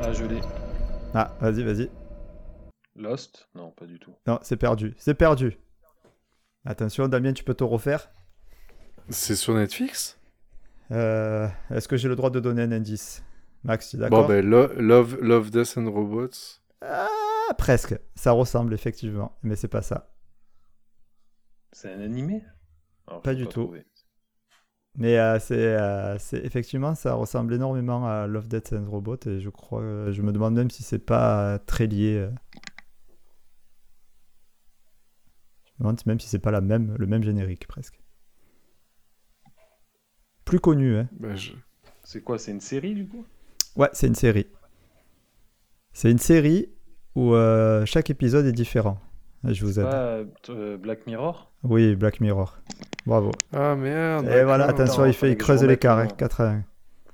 Speaker 4: Ah, je l'ai.
Speaker 2: Ah, vas-y, vas-y.
Speaker 4: Lost Non, pas du tout.
Speaker 2: Non, c'est perdu, c'est perdu. Attention, Damien, tu peux te refaire.
Speaker 3: C'est sur Netflix
Speaker 2: Euh, Est-ce que j'ai le droit de donner un indice Max, tu es d'accord
Speaker 3: Bon, ben, Lo- Love, Love, Death and Robots.
Speaker 2: Ah, presque. Ça ressemble effectivement, mais c'est pas ça.
Speaker 4: C'est un animé Alors, je
Speaker 2: Pas
Speaker 4: peux
Speaker 2: du tout.
Speaker 4: trouver.
Speaker 2: Mais euh, c'est euh, c'est- effectivement, ça ressemble énormément à Love, Death and Robot, et je crois, euh, je me demande même si c'est pas euh, très lié. euh. Je me demande même si c'est pas la même, le même générique presque. Plus connu, hein.
Speaker 3: Ben, je-
Speaker 4: C'est quoi C'est une série du coup
Speaker 2: Ouais, c'est une série. C'est une série où euh, chaque épisode est différent. Je vous
Speaker 4: C'est
Speaker 2: aide.
Speaker 4: Pas euh, Black Mirror
Speaker 2: Oui, Black Mirror. Bravo.
Speaker 3: Ah, merde
Speaker 2: Et voilà,
Speaker 3: d'accord.
Speaker 2: attention, il fait
Speaker 4: fallait
Speaker 2: il
Speaker 4: que je
Speaker 2: creuse
Speaker 4: remette
Speaker 2: l'écart,
Speaker 4: le
Speaker 2: hein,
Speaker 4: nom.
Speaker 2: 4 à 1.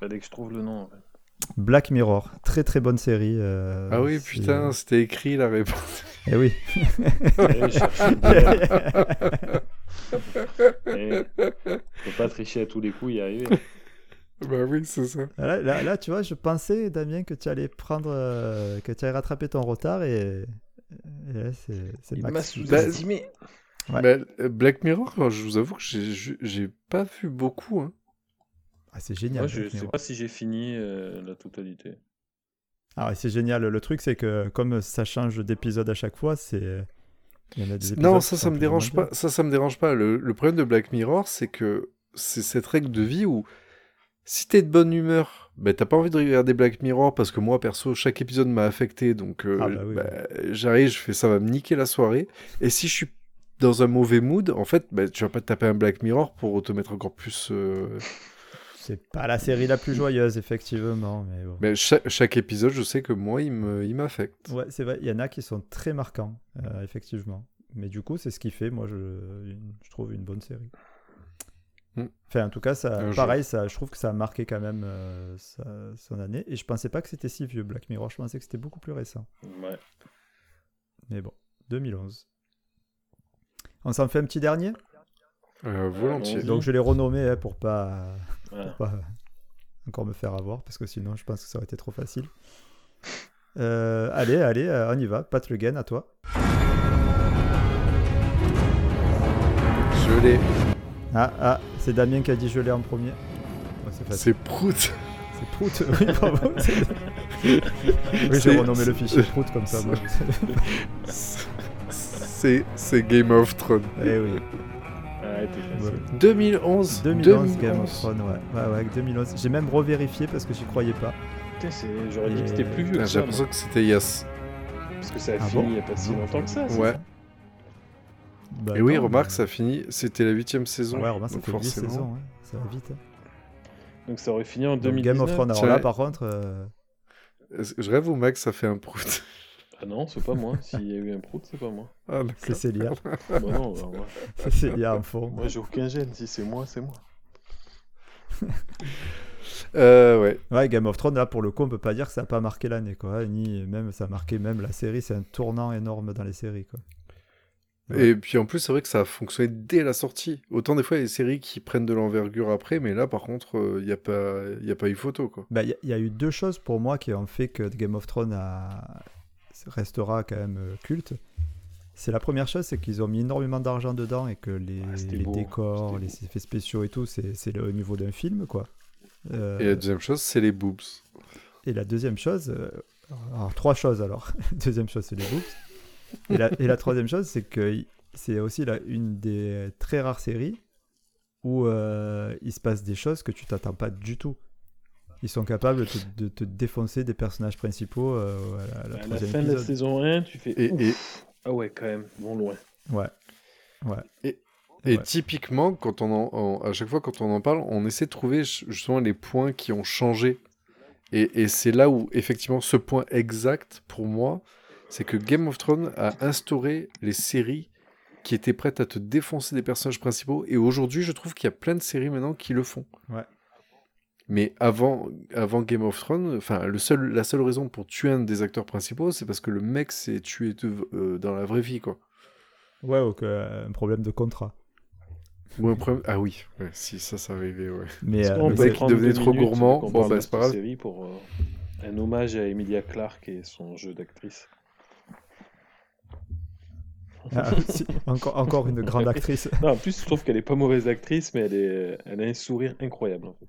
Speaker 4: Fallait que je trouve le nom. en fait.
Speaker 2: Black Mirror, très très bonne série. euh,
Speaker 3: Ah oui,
Speaker 2: c'est-
Speaker 3: putain, c'était écrit, la réponse.
Speaker 2: Eh oui.
Speaker 4: Eh, je cherchais bien. Eh, Faut pas tricher à tous les coups, y arriver.
Speaker 3: Bah oui, c'est ça.
Speaker 2: Là, là- là, tu vois, je pensais, Damien, que tu allais prendre, euh, que tu allais rattraper ton retard et, et là, c'est c'est
Speaker 4: Il m'a
Speaker 2: Max.
Speaker 4: sous-estimé.
Speaker 2: Ouais.
Speaker 3: Mais, euh, Black Mirror, je vous avoue que j'ai- j'ai j'ai pas vu beaucoup. hein.
Speaker 2: Ah, c'est génial.
Speaker 4: Moi, je
Speaker 2: Black
Speaker 4: sais
Speaker 2: Mirror.
Speaker 4: pas si j'ai fini euh, la totalité.
Speaker 2: Ah ouais, c'est génial. Le truc, c'est que comme ça change d'épisode à chaque fois, c'est. il y en a des épisodes
Speaker 3: Non,
Speaker 2: qui sont
Speaker 3: ça, ça me
Speaker 2: plus ou moins
Speaker 3: dérange
Speaker 2: bien.
Speaker 3: pas. Ça, ça me dérange pas. Le, le problème de Black Mirror, c'est que c'est cette règle de vie où si t'es de bonne humeur, bah, t'as pas envie de regarder Black Mirror parce que moi, perso, chaque épisode m'a affecté. Donc, euh,
Speaker 2: Ah bah oui,
Speaker 3: bah, j'arrive, je fais ça va me niquer la soirée. Et si je suis dans un mauvais mood, en fait, bah, tu vas pas te taper un Black Mirror pour te mettre encore plus. euh,
Speaker 2: C'est pas la série la plus joyeuse, effectivement. Mais bon.
Speaker 3: Mais cha- chaque épisode, je sais que moi, il me- il m'affecte.
Speaker 2: Ouais, c'est vrai, il y en a qui sont très marquants, euh, effectivement. Mais du coup, c'est ce qui fait, moi, je, une- je trouve une bonne série.
Speaker 3: Hmm.
Speaker 2: Enfin, en tout cas, ça,
Speaker 3: Un jour.
Speaker 2: pareil, ça, je trouve que ça a marqué quand même euh, sa- son année. Et je pensais pas que c'était si vieux, Black Mirror. Je pensais que c'était beaucoup plus récent.
Speaker 4: Ouais.
Speaker 2: Mais bon, 2011. On s'en fait un petit dernier
Speaker 3: Euh, volontiers.
Speaker 4: Vas-y.
Speaker 2: Donc, je l'ai renommé hein, pour pas.
Speaker 4: Voilà.
Speaker 2: pas encore me faire avoir parce que sinon je pense que ça aurait été trop facile. Euh, allez, allez, euh, on y va. Pat Le Guen, à toi.
Speaker 3: Je l'ai.
Speaker 2: Ah, ah, c'est Damien qui a dit je l'ai en premier. Ouais, c'est facile.
Speaker 3: C'est Prout.
Speaker 2: C'est Prout. Oui, bravo. C'est- oui, j'ai
Speaker 3: C'est-
Speaker 2: renommé le fichier Prout comme ça. moi.
Speaker 3: C'est c'est Game of Thrones.
Speaker 2: Eh oui.
Speaker 4: Ah, t'es
Speaker 2: Ouais.
Speaker 4: facile.
Speaker 3: 2011.
Speaker 2: 2011 Game of Thrones, ouais. Ouais, ouais, 2011. J'ai même revérifié parce que j'y croyais pas.
Speaker 4: Putain, c'est- j'aurais dit que c'était plus vieux
Speaker 3: Putain, J'ai
Speaker 4: que ça, moi,
Speaker 3: l'impression que c'était Yes.
Speaker 4: parce que ça a
Speaker 2: Ah
Speaker 4: fini
Speaker 2: bon
Speaker 4: il n'y a pas si longtemps que ça. c'est
Speaker 3: Ouais.
Speaker 4: ça
Speaker 2: Bah,
Speaker 3: Et oui,
Speaker 2: attends,
Speaker 3: remarque,
Speaker 2: mais-
Speaker 3: ça finit. C'était la huitième saison.
Speaker 2: Ouais, remarque, ça
Speaker 3: donc
Speaker 2: fait 10
Speaker 3: forcément.
Speaker 2: saisons. ouais. Ça va vite. hein.
Speaker 4: Donc ça aurait fini en
Speaker 2: Donc,
Speaker 4: 2019.
Speaker 2: Game of Thrones, alors
Speaker 3: Ça-
Speaker 2: là, par contre. euh,
Speaker 3: Est-ce- Je rêve ou Max, ça fait un Prout.
Speaker 4: Ah non, c'est pas moi. S'il y a eu un prout, c'est pas moi.
Speaker 3: Ah, d'accord.
Speaker 2: C'est Célia.
Speaker 4: Bah non, bah, moi,
Speaker 2: C'est Célia en fond.
Speaker 4: moi, j'ai aucun gène. Si c'est moi, c'est moi.
Speaker 3: Euh, ouais.
Speaker 2: Ouais, Game of Thrones, là, pour le coup, on peut pas dire que ça a pas marqué l'année, quoi. Ni même, ça a marqué même la série, c'est un tournant énorme dans les séries, quoi. Ouais.
Speaker 3: Et puis en plus, c'est vrai que ça a fonctionné dès la sortie. Autant des fois, il y a des séries qui prennent de l'envergure après, mais là, par contre, euh, il n'y a, pas- il y a pas eu photo, quoi.
Speaker 2: Bah, Il y, a- il y a eu deux choses pour moi qui ont fait que Game of Thrones a- restera quand même euh, culte. C'est la première chose, c'est qu'ils ont mis énormément d'argent dedans et que les,
Speaker 4: Ouais, Ah, c'était
Speaker 2: les
Speaker 4: beau,
Speaker 2: décors,
Speaker 4: c'était
Speaker 2: les effets spéciaux et tout, c'est c'est le niveau d'un film, quoi. Euh,
Speaker 3: Et la deuxième chose, c'est les boobs.
Speaker 2: Et la deuxième chose, euh, alors trois choses alors. deuxième chose, c'est les boobs. Et la, et la troisième chose, c'est que il- c'est aussi là, une des très rares séries où euh, il se passe des choses que tu t'attends pas du tout. Ils sont capables de, te- de te défoncer des personnages principaux euh, à la, à la
Speaker 4: À la
Speaker 2: troisième
Speaker 4: fin de la
Speaker 2: épisode.
Speaker 4: saison 1, tu fais.
Speaker 3: Et,
Speaker 4: Ouf.
Speaker 3: et,
Speaker 4: Ah ouais, quand même, bon loin.
Speaker 2: Ouais.
Speaker 3: et
Speaker 2: Ouais.
Speaker 3: typiquement, quand on en- en- à chaque fois quand on en parle, on essaie de trouver ch- justement les points qui ont changé. Et, et c'est là où, effectivement, ce point exact, pour moi, c'est que Game of Thrones a instauré les séries qui étaient prêtes à te défoncer des personnages principaux. Et aujourd'hui, je trouve qu'il y a plein de séries maintenant qui le font.
Speaker 2: Ouais.
Speaker 3: Mais avant, avant Game of Thrones, enfin, le seul, la seule raison pour tuer un des acteurs principaux, c'est parce que le mec s'est tué de- euh, dans la vraie vie, quoi.
Speaker 2: Ouais, ou que, euh, un problème de contrat.
Speaker 3: Ou un problème- Ah oui, ouais, si ça, ça arrivait, ouais.
Speaker 2: Mais,
Speaker 4: Est-ce
Speaker 2: euh,
Speaker 4: qu'on
Speaker 2: mais
Speaker 4: peut
Speaker 3: mec
Speaker 2: c'est-
Speaker 4: prendre
Speaker 3: devenait
Speaker 4: deux
Speaker 3: trop
Speaker 4: minutes
Speaker 3: gourmand,
Speaker 4: qu'on
Speaker 3: bon,
Speaker 4: parle
Speaker 3: bah,
Speaker 4: de
Speaker 3: c'est pas
Speaker 4: cette
Speaker 3: grave.
Speaker 4: série pour euh, un hommage à Emilia Clarke et son jeu d'actrice.
Speaker 2: Ah, si, encore, encore une grande actrice.
Speaker 4: Non, en plus, je trouve qu'elle est pas mauvaise actrice, mais elle, est... elle a un sourire incroyable. hein, En fait.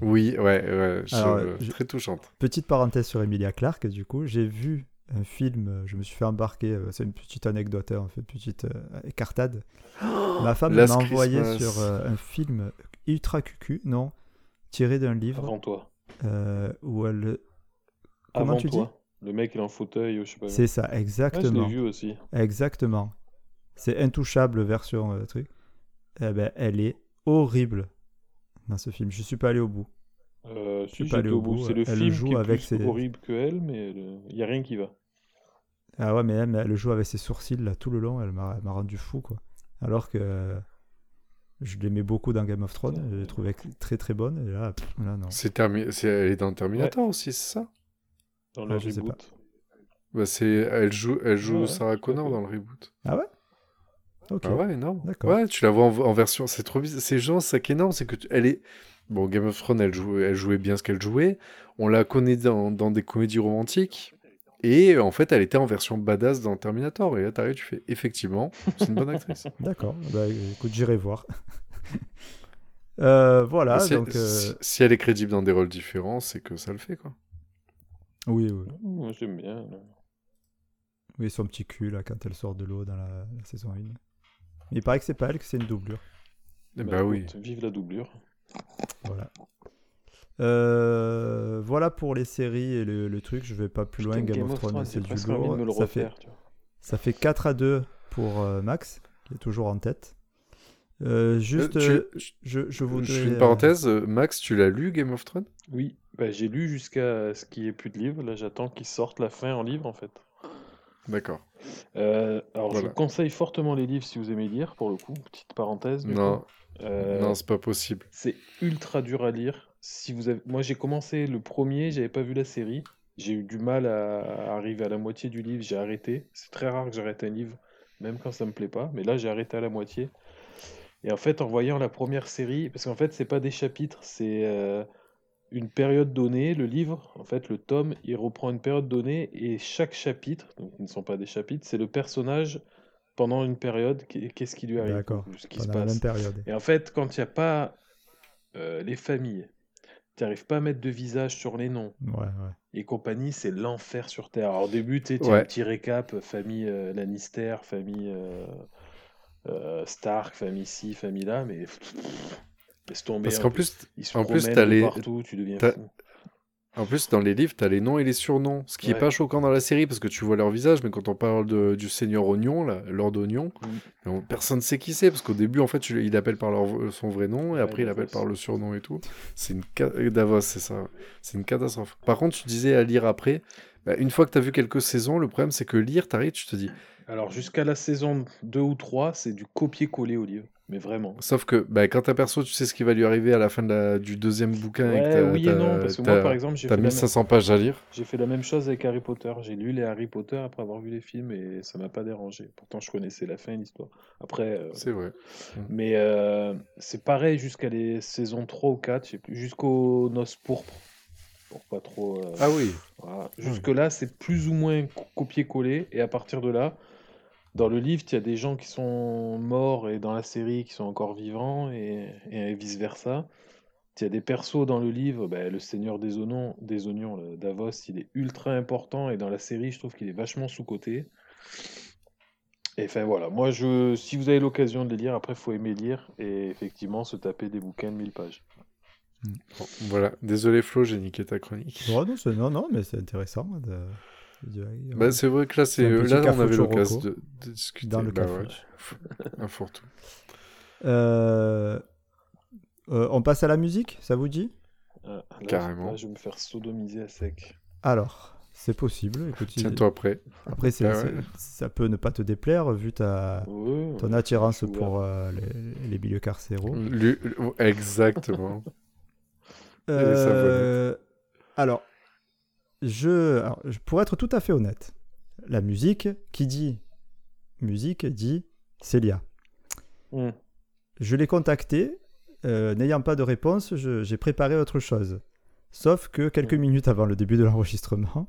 Speaker 3: Oui, ouais, ouais, je-
Speaker 2: Alors,
Speaker 3: euh,
Speaker 2: je-
Speaker 3: très touchante.
Speaker 2: Petite parenthèse sur Emilia Clarke, du coup, j'ai vu un film, euh, je me suis fait embarquer, euh, c'est une petite anecdote, hein, on fait une petite euh, écartade. Ma femme m'a
Speaker 3: Last
Speaker 2: envoyé
Speaker 3: Christmas.
Speaker 2: sur euh, un film ultra cucu, non, tiré d'un livre,
Speaker 4: Avant toi.
Speaker 2: euh, où elle... Comment
Speaker 4: Avant
Speaker 2: tu
Speaker 4: toi. Le mec, il est en fauteuil, ou je sais pas.
Speaker 2: dis C'est ça,
Speaker 4: Ouais, je
Speaker 2: exactement.
Speaker 4: l'ai vu aussi.
Speaker 2: Exactement. C'est intouchable version euh, truc. Eh ben, elle est horrible dans ce film. Je suis pas allé au bout.
Speaker 4: Euh,
Speaker 2: suis
Speaker 4: si,
Speaker 2: pas
Speaker 4: j'étais
Speaker 2: allé au
Speaker 4: au bout.
Speaker 2: bout,
Speaker 4: C'est le
Speaker 2: elle
Speaker 4: film
Speaker 2: joue
Speaker 4: qui est
Speaker 2: avec
Speaker 4: plus
Speaker 2: ses-
Speaker 4: horrible que elle, mais il n'y a rien qui va.
Speaker 2: Ah ouais, mais elle, elle joue avec ses sourcils là tout le long, elle m'a elle m'a rendu fou quoi. Alors que euh, je l'aimais beaucoup dans Game of Thrones, je l'ai trouvée ex- très très bonne, et là, pff, là non.
Speaker 3: C'est termi- c'est- Elle est dans Terminator aussi, c'est ça
Speaker 4: Dans le
Speaker 2: Ah, je sais
Speaker 4: reboot.
Speaker 3: bah, c'est- Elle joue, elle joue
Speaker 4: Ouais,
Speaker 3: Sarah
Speaker 4: tout à
Speaker 3: Connor
Speaker 4: fait.
Speaker 3: dans le reboot.
Speaker 2: Ok.
Speaker 3: Ah ouais, énorme.
Speaker 2: D'accord.
Speaker 3: Ouais, tu la vois en, en version. C'est trop bizarre. C'est genre ça qui est énorme, c'est que tu- elle est. Bon, Game of Thrones, elle jouait, elle jouait bien ce qu'elle jouait. On la connaît dans, dans des comédies romantiques. Et euh, en fait, elle était en version badass dans Terminator. Et là, t'arrives, tu fais effectivement, c'est une bonne actrice.
Speaker 2: D'accord, bah écoute, j'irai voir. Euh, voilà,
Speaker 3: Et si,
Speaker 2: donc. euh,
Speaker 3: si- si elle est crédible dans des rôles différents, c'est que ça le fait, quoi.
Speaker 2: Oui, oui.
Speaker 4: Ouh, Moi, j'aime bien. là.
Speaker 2: Oui, son petit cul là quand elle sort de l'eau dans la, la saison 1. Mais il paraît que c'est pas elle, que c'est une doublure.
Speaker 3: Bah,
Speaker 4: Bah,
Speaker 3: oui.
Speaker 4: écoute, Vive la doublure.
Speaker 2: Voilà. Euh, voilà pour les séries et le, le truc, je vais pas plus loin.
Speaker 4: Putain,
Speaker 2: Game, of Thrones,
Speaker 4: j'ai
Speaker 2: c'est du
Speaker 4: presque envie de me le
Speaker 2: lourd. Ça fait
Speaker 4: refaire, tu vois.
Speaker 2: Ça fait 4 à 2 pour euh, Max, qui est toujours en tête. Euh, juste,
Speaker 3: Euh, tu-
Speaker 2: euh, je, je voudrais.
Speaker 3: Je fais une parenthèse, euh, Max, tu l'as lu Game of Thrones
Speaker 4: Oui, bah, j'ai lu jusqu'à ce qu'il n'y ait plus de livres. Là, j'attends qu'ils sortent la fin en livre, en fait.
Speaker 3: D'accord.
Speaker 4: Euh, alors, je
Speaker 3: Voilà.
Speaker 4: vous conseille fortement les livres si vous aimez lire, pour le coup. Petite parenthèse. du
Speaker 3: Non,
Speaker 4: coup. Euh,
Speaker 3: non, c'est pas possible.
Speaker 4: c'est ultra dur à lire. Si vous avez... Moi, j'ai commencé le premier, j'avais pas vu la série. J'ai eu du mal à à arriver à la moitié du livre, j'ai arrêté. C'est très rare que j'arrête un livre, même quand ça me plaît pas. Mais là, j'ai arrêté à la moitié. Et en fait, en voyant la première série, parce qu'en fait, c'est pas des chapitres, c'est euh, une période donnée. Le livre, en fait, le tome, il reprend une période donnée et chaque chapitre, donc ils ne sont pas des chapitres, c'est le personnage pendant une période, qu'est- qu'est-ce qui lui arrive,
Speaker 2: D'accord,
Speaker 4: ce qui se
Speaker 2: Pendant la
Speaker 4: passe.
Speaker 2: même période.
Speaker 4: Et en fait, quand il n'y a pas euh, les familles, tu n'arrives pas à mettre de visage sur les noms
Speaker 2: Ouais, ouais.
Speaker 4: et compagnie, c'est l'enfer sur Terre. Alors, au début, tu sais, t'as
Speaker 3: Ouais.
Speaker 4: un petit récap famille euh, Lannister, famille euh, euh, Stark, famille ci, famille là, mais pff, laisse tomber.
Speaker 3: Parce qu'en plus,
Speaker 4: ils se
Speaker 3: en plus,
Speaker 4: promènent
Speaker 3: t'as
Speaker 4: de
Speaker 3: les-
Speaker 4: partout, tu deviens
Speaker 3: t'as-
Speaker 4: fou.
Speaker 3: En plus, dans les livres, t'as les noms et les surnoms, ce qui est
Speaker 4: Ouais.
Speaker 3: pas choquant dans la série parce que tu vois leur visage, mais quand on parle de- du seigneur Oignon, là, Lord Oignon,
Speaker 4: Mm.
Speaker 3: on- personne sait qui c'est parce qu'au début, en fait, tu- il appelle par leur- euh, son vrai nom et
Speaker 4: Ouais,
Speaker 3: après, il appelle
Speaker 4: Davos.
Speaker 3: par le surnom et tout. C'est une ca- euh, Davos, c'est ça. C'est une catastrophe. Par contre, tu disais à lire après. bah, une fois que t'as vu quelques saisons, le problème c'est que lire, t'arrives, tu te dis.
Speaker 4: Alors, jusqu'à la saison 2 ou 3, c'est du copier-coller au livre. Mais vraiment.
Speaker 3: Sauf que bah, quand t'as perso, tu sais ce qui va lui arriver à la fin de la- du deuxième bouquin. et que
Speaker 4: Ouais,
Speaker 3: t'as-
Speaker 4: oui et
Speaker 3: t'as-
Speaker 4: non, parce que
Speaker 3: t'as-
Speaker 4: moi, par exemple, j'ai
Speaker 3: T'as
Speaker 4: fait la même-
Speaker 3: 1500 pages à lire.
Speaker 4: J'ai fait la même chose avec Harry Potter. J'ai lu les Harry Potter après avoir vu les films et ça m'a pas dérangé. Pourtant, je connaissais la fin de l'histoire. Après, euh,
Speaker 3: C'est vrai.
Speaker 4: mais euh, c'est pareil jusqu'à les saisons 3 ou 4, je sais plus, jusqu'aux Noces Pourpres. Pour pas trop. euh,
Speaker 3: Ah oui.
Speaker 4: voilà. Jusque-là, c'est plus ou moins co- copier-coller. Et à partir de là, dans le livre, il y a des gens qui sont morts et dans la série qui sont encore vivants et, et vice-versa. Il y a des persos dans le livre, ben, le seigneur des oignons, des oignons le Davos, il est ultra important et dans la série, je trouve qu'il est vachement sous-coté. Et enfin voilà, moi, je, si vous avez l'occasion de les lire, après, faut aimer lire et effectivement se taper des bouquins de 1000 pages.
Speaker 3: Bon, voilà, désolé Flo, j'ai niqué ta chronique.
Speaker 2: Oh, non, c'est- non, non, mais c'est intéressant. de- de- euh,
Speaker 3: Bah, c'est vrai que là, c'est
Speaker 2: un petit
Speaker 3: là on avait
Speaker 2: cafouche au
Speaker 3: l'occasion
Speaker 2: roco.
Speaker 3: de, de discuter.
Speaker 2: dans le
Speaker 3: Bah
Speaker 2: café.
Speaker 3: ouais, un fourre-tout.
Speaker 2: Euh, euh, on passe à la musique, ça vous dit
Speaker 4: Ah, là,
Speaker 3: Carrément.
Speaker 4: là, je vais me faire sodomiser à sec.
Speaker 2: Alors, c'est possible. écoute, il-
Speaker 3: Tiens-toi prêt.
Speaker 2: Après, c'est-
Speaker 3: Ah ouais.
Speaker 2: c'est- ça peut ne pas te déplaire vu ta,
Speaker 4: Ouais.
Speaker 2: ton attirance
Speaker 4: Je suis
Speaker 2: pour euh, les, les milieux carcéraux.
Speaker 3: Lu- lu- Exactement.
Speaker 2: Euh, alors, je, alors, je- pour être tout à fait honnête, la musique, qui dit musique, dit Célia.
Speaker 4: Hmm.
Speaker 2: Je l'ai contacté. euh, N'ayant pas de réponse, je- j'ai préparé autre chose. Sauf que quelques
Speaker 4: Ouais.
Speaker 2: minutes avant le début de l'enregistrement,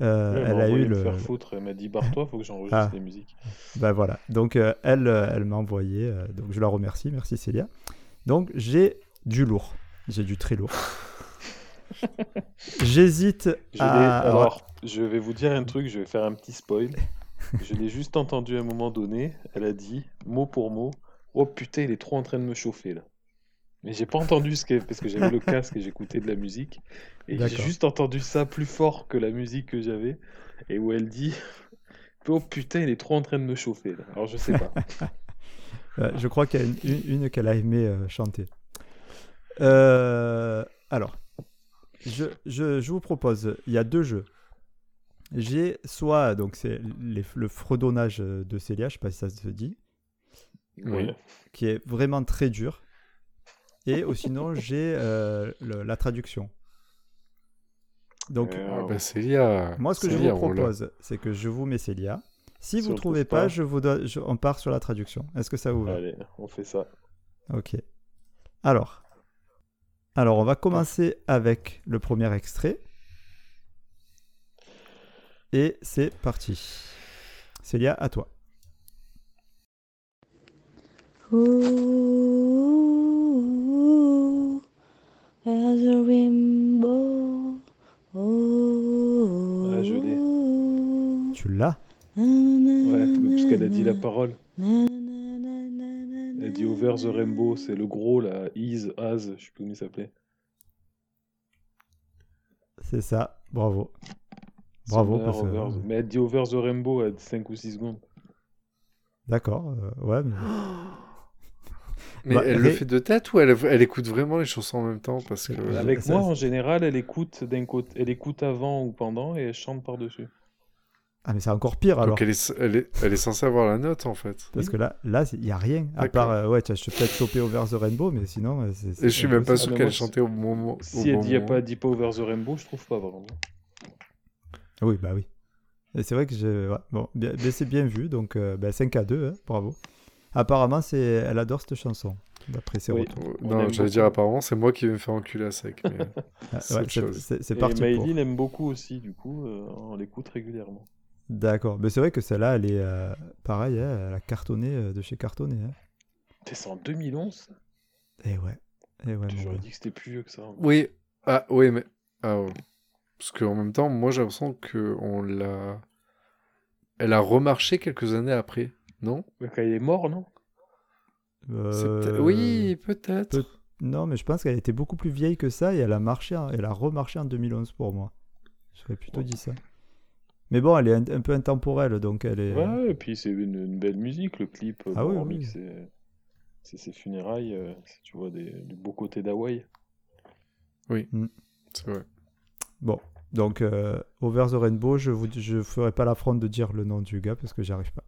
Speaker 2: euh,
Speaker 4: Ouais,
Speaker 2: elle
Speaker 4: m'a
Speaker 2: a
Speaker 4: envoyé
Speaker 2: eu
Speaker 4: me
Speaker 2: le.
Speaker 4: faire foutre, elle m'a dit barre-toi, faut que j'enregistre
Speaker 2: Ah.
Speaker 4: les musiques.
Speaker 2: Bah voilà. Donc euh, elle, euh, elle m'a envoyé. euh, donc je la remercie. Merci Célia. Donc j'ai du lourd. J'ai du très lourd. J'hésite
Speaker 4: Je l'ai-
Speaker 2: à.
Speaker 4: alors, je vais vous dire un truc, je vais faire un petit spoil. je l'ai juste entendu à un moment donné, elle a dit, mot pour mot, oh putain, il est trop en train de me chauffer là. Mais j'ai pas entendu ce qu'elle, parce que j'avais le casque et j'écoutais de la musique. Et j'ai
Speaker 2: D'accord.
Speaker 4: juste entendu ça plus fort que la musique que j'avais. Et où elle dit, oh putain, il est trop en train de me chauffer là. Alors je sais pas.
Speaker 2: Ouais, je crois qu'il y a une, une- une qu'elle a aimé euh, chanter. Euh, alors, je, je- je vous propose, il y a deux jeux. J'ai soit, donc c'est les- le fredonnage de Célia, je sais pas si ça se dit,
Speaker 3: Oui.
Speaker 2: qui est vraiment très dur. Et ou sinon, j'ai euh, le- la traduction. Donc,
Speaker 4: Euh,
Speaker 3: Ah, bah, Célia.
Speaker 2: moi, ce que je
Speaker 3: Célia,
Speaker 2: vous
Speaker 3: on l'a.
Speaker 2: propose, c'est que je vous mets Célia. Si,
Speaker 4: Si
Speaker 2: vous
Speaker 4: on
Speaker 2: ne trouvez
Speaker 4: trouve pas-
Speaker 2: pas, je vous donne- je- on part sur la traduction. Est-ce que ça vous va
Speaker 4: Allez, on fait ça.
Speaker 2: Ok. Alors. Alors, on va commencer avec le premier extrait. Et c'est parti. Célia, à toi.
Speaker 5: Ooh, there's a rainbow. Ooh,
Speaker 4: Ah, je l'ai.
Speaker 2: Tu l'as
Speaker 4: Ouais, parce qu'elle a dit la parole. Elle dit Over the Rainbow, c'est le gros là, Is, As, je sais plus comment il s'appelait.
Speaker 2: C'est ça. Bravo. Bravo.
Speaker 4: Summer,
Speaker 2: parce que-
Speaker 4: Over the- Mais elle dit Over the Rainbow à 5 ou 6 secondes.
Speaker 2: D'accord. euh, ouais. mais-
Speaker 3: Mais
Speaker 2: Bah,
Speaker 3: elle le
Speaker 2: ré-
Speaker 3: fait de tête ou elle, elle écoute vraiment les chansons en même temps parce que...
Speaker 2: Euh,
Speaker 4: Avec
Speaker 2: ça-
Speaker 4: moi, en général, elle écoute d'un côté, elle écoute avant ou pendant et elle chante par-dessus.
Speaker 2: Ah, mais c'est encore pire alors.
Speaker 3: Donc elle est, elle, est, elle est censée avoir la note en fait.
Speaker 2: Parce que là, là, il n'y a rien. À
Speaker 3: D'accord.
Speaker 2: part, euh, ouais, tu as je t'ai peut-être chopé Over the Rainbow, mais sinon. euh, c'est- c'est
Speaker 3: Et je suis même pas
Speaker 2: impossible.
Speaker 3: sûr
Speaker 4: Ah, mais
Speaker 3: qu'elle
Speaker 4: moi,
Speaker 3: chantait au moment. au
Speaker 4: Si elle
Speaker 3: bon
Speaker 4: dit y a
Speaker 3: moment.
Speaker 4: pas Deep Over the Rainbow, je trouve pas vraiment.
Speaker 2: Oui, bah oui. Et c'est vrai que j'ai. ouais, bon, bien- mais c'est bien vu, donc euh, bah, 5 à 2, hein, bravo. Apparemment, c'est... elle adore cette chanson, d'après ses
Speaker 4: Oui.
Speaker 2: retours.
Speaker 3: Euh,
Speaker 4: On
Speaker 3: Non,
Speaker 4: aime
Speaker 3: j'allais
Speaker 4: beaucoup.
Speaker 3: dire apparemment, c'est moi qui vais me faire enculer à sec. mais-
Speaker 2: Ah,
Speaker 3: C'est
Speaker 2: ouais,
Speaker 3: autre
Speaker 2: c'est,
Speaker 3: chose.
Speaker 2: c'est- c'est
Speaker 4: et
Speaker 2: parti pour.
Speaker 4: Maïline aime beaucoup aussi, du coup, euh, on l'écoute régulièrement.
Speaker 2: D'accord. Mais c'est vrai que celle-là, elle est euh, pareil, hein, elle a cartonné euh, de chez cartonné. Hein.
Speaker 4: T'es c'est en 2011
Speaker 2: Et ouais. Et Ah ouais, mon
Speaker 4: J'aurais
Speaker 2: gars.
Speaker 4: dit que c'était plus vieux que ça.
Speaker 3: Oui, ah oui, mais. ah, ouais. Parce qu'en même temps, moi j'ai l'impression qu'on l'a. Elle a remarché quelques années après, non
Speaker 4: Mais quand il est mort, non
Speaker 3: C'est
Speaker 2: Euh,
Speaker 3: peut-être- Oui, peut-être.
Speaker 2: peut- Non, mais je pense qu'elle était beaucoup plus vieille que ça et elle a marché, en- elle a remarché en 2011 pour moi. J'aurais plutôt dit ça. Mais bon, elle est un, un peu intemporelle, donc elle est.
Speaker 4: Ouais, et puis c'est une, une belle musique, le clip. euh,
Speaker 2: Ah
Speaker 4: bon,
Speaker 2: oui,
Speaker 4: en
Speaker 2: oui.
Speaker 4: mix, c'est- C'est ses funérailles, euh, c'est- tu vois, des, du beau côté d'Hawaï.
Speaker 3: C'est vrai.
Speaker 2: Bon, donc euh, Over the Rainbow, je vous, je ferai pas l'affront de dire le nom du gars parce que j'y arrive pas.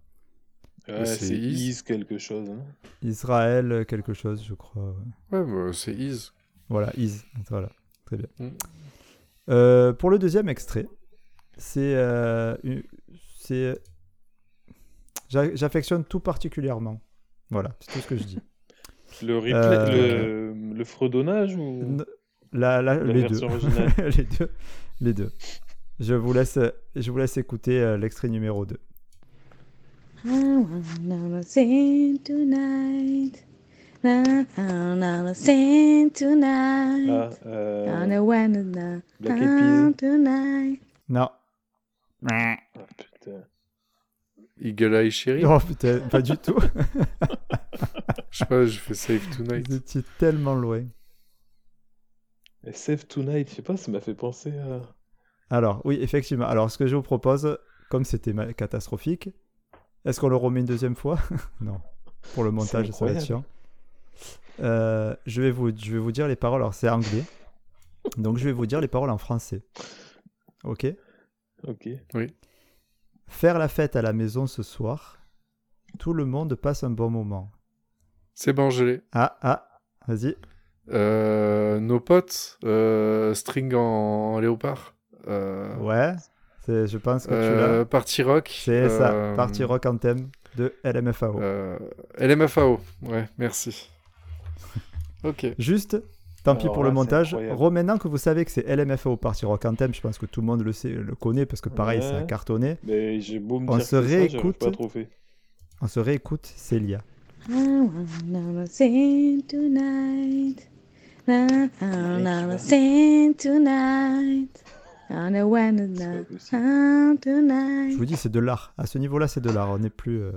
Speaker 4: Ouais,
Speaker 3: c'est
Speaker 4: c'est
Speaker 3: Is.
Speaker 4: Is quelque chose. hein.
Speaker 2: Israël, euh, quelque chose, je crois. ouais.
Speaker 3: Ouais, bah, c'est Is.
Speaker 2: Voilà, Is. Voilà, très bien.
Speaker 3: Mm.
Speaker 2: Euh, pour le deuxième extrait, c'est. euh, une- c'est- j'a- J'affectionne tout particulièrement. Voilà, c'est tout ce que je dis.
Speaker 4: Le replay,
Speaker 2: Euh,
Speaker 4: le, le fredonnage ou
Speaker 2: N- la- la-
Speaker 4: la
Speaker 2: les, deux.
Speaker 4: version originale
Speaker 2: les deux. Les deux. Je vous laisse, je vous laisse écouter euh, l'extrait numéro 2.
Speaker 5: I wanna sing tonight. I wanna sing
Speaker 4: Ah,
Speaker 5: tonight.
Speaker 4: euh,
Speaker 5: I wanna
Speaker 4: Black Eyed Peas.
Speaker 5: tonight.
Speaker 2: Non.
Speaker 4: Ah, putain.
Speaker 3: Eagle Eye Cherry.
Speaker 2: Oh putain, pas du tout.
Speaker 3: Je sais pas, je fais Save Tonight.
Speaker 2: Vous étiez tellement loin.
Speaker 4: Et Save Tonight, je sais pas, ça m'a fait penser à.
Speaker 2: Alors, oui, effectivement. Alors, ce que je vous propose, comme c'était ma- catastrophique, est-ce qu'on le remet une deuxième fois Non. Pour le montage,
Speaker 4: C'est
Speaker 2: ça va être chiant. Euh, je, vais vous, je vais vous dire les paroles. Alors, c'est anglais. Donc, je vais vous dire les paroles en français. Ok
Speaker 4: Ok.
Speaker 2: Faire la fête à la maison ce soir. Tout le monde passe un bon moment.
Speaker 3: C'est bon, je l'ai.
Speaker 2: Ah, ah, vas-y.
Speaker 3: Euh, nos potes, euh, String en léopard. Euh,
Speaker 2: Ouais. C'est- Je pense que tu
Speaker 3: euh,
Speaker 2: l'as.
Speaker 3: Party Rock.
Speaker 2: C'est ça.
Speaker 3: euh,
Speaker 2: Partie rock anthem de LMFAO.
Speaker 3: Euh, LMFAO, ouais, merci. Ok.
Speaker 2: Juste, tant pis
Speaker 3: oh,
Speaker 4: Alors
Speaker 2: pour
Speaker 4: là,
Speaker 2: le
Speaker 4: c'est
Speaker 2: montage.
Speaker 4: incroyable.
Speaker 2: Re, maintenant que vous savez que c'est LMFAO Party Rock Anthem, je pense que tout le monde le sait, le connaît parce que pareil,
Speaker 4: Ouais.
Speaker 2: ça a cartonné.
Speaker 4: Mais j'ai beau me
Speaker 2: On
Speaker 4: dire
Speaker 2: se
Speaker 4: que c'est ça, j'arrive
Speaker 2: réécoute.
Speaker 4: pas à trouver.
Speaker 2: On se réécoute, Célia.
Speaker 5: I wanna sing tonight. I wanna sing tonight. I wanna
Speaker 4: C'est pas possible.
Speaker 2: Je
Speaker 5: sing tonight.
Speaker 2: vous dis, c'est de l'art. À ce niveau-là, c'est de l'art. On n'est plus. euh,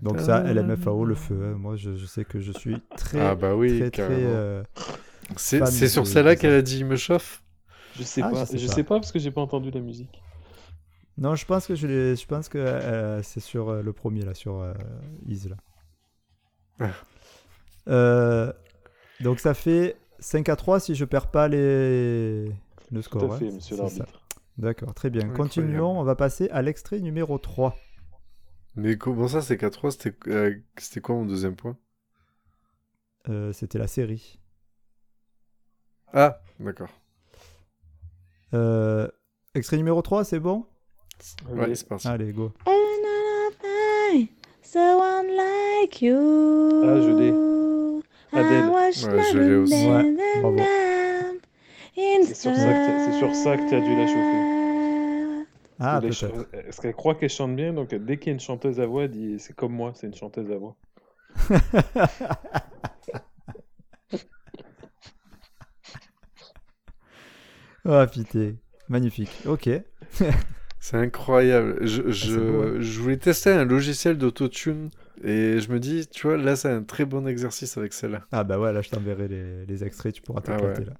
Speaker 2: Donc, ça, LMFAO, le feu. hein. Moi, je, je sais que je suis très,
Speaker 3: Euh. Ah bah oui,
Speaker 2: très, très.
Speaker 3: carrément.
Speaker 2: euh,
Speaker 3: C'est
Speaker 2: fan
Speaker 3: c'est
Speaker 2: de-
Speaker 3: sur celle-là
Speaker 2: de
Speaker 3: qu'elle a dit il me chauffe.
Speaker 4: Je sais
Speaker 2: Ah,
Speaker 4: pas,
Speaker 2: je sais
Speaker 4: je
Speaker 2: pas.
Speaker 4: sais pas parce que j'ai pas entendu la musique.
Speaker 2: Non, je pense que, je l'ai- je pense que euh, c'est sur euh, le premier, là, sur euh, Is, là.
Speaker 3: Ah.
Speaker 2: Euh, donc, ça fait 5 à 3 si je perds pas les... le score.
Speaker 4: Tout à
Speaker 2: hein.
Speaker 4: fait, monsieur
Speaker 2: C'est ça.
Speaker 4: l'arbitre.
Speaker 2: D'accord, très bien.
Speaker 3: Incroyable.
Speaker 2: Continuons, on va passer à l'extrait numéro 3.
Speaker 3: Mais comment ça, c'est qu'à 3, c'était euh, c'était quoi mon deuxième point
Speaker 2: Euh, C'était la série.
Speaker 3: Ah, d'accord.
Speaker 2: Euh, extrait numéro 3, c'est bon
Speaker 3: Ouais,
Speaker 4: Allez.
Speaker 3: c'est parti.
Speaker 2: Allez, go.
Speaker 5: And I so unlike you.
Speaker 4: Ah, je l'ai. Adèle.
Speaker 5: I watch
Speaker 3: Ouais, je l'ai aussi.
Speaker 2: Ouais, bravo.
Speaker 5: C'est
Speaker 4: sur ça que t'as- c'est sur ça que t'as dû la
Speaker 5: chauffer.
Speaker 2: Ah,
Speaker 4: Elle est
Speaker 2: peut-être.
Speaker 4: ch- Parce qu'elle croit qu'elle chante bien, donc euh, dès qu'il y a une chanteuse à voix, elle dit c'est comme moi, c'est une chanteuse à voix.
Speaker 2: Ah, putain. Magnifique. Ok.
Speaker 3: C'est incroyable. Je, je,
Speaker 2: c'est beau, hein.
Speaker 3: je voulais tester un logiciel d'autotune et je me dis, tu vois, là, c'est un très bon exercice avec celle-là.
Speaker 2: Ah, bah ouais, là, je t'enverrai les, les extraits, tu pourras
Speaker 3: Ah ouais.
Speaker 2: t'éclater là.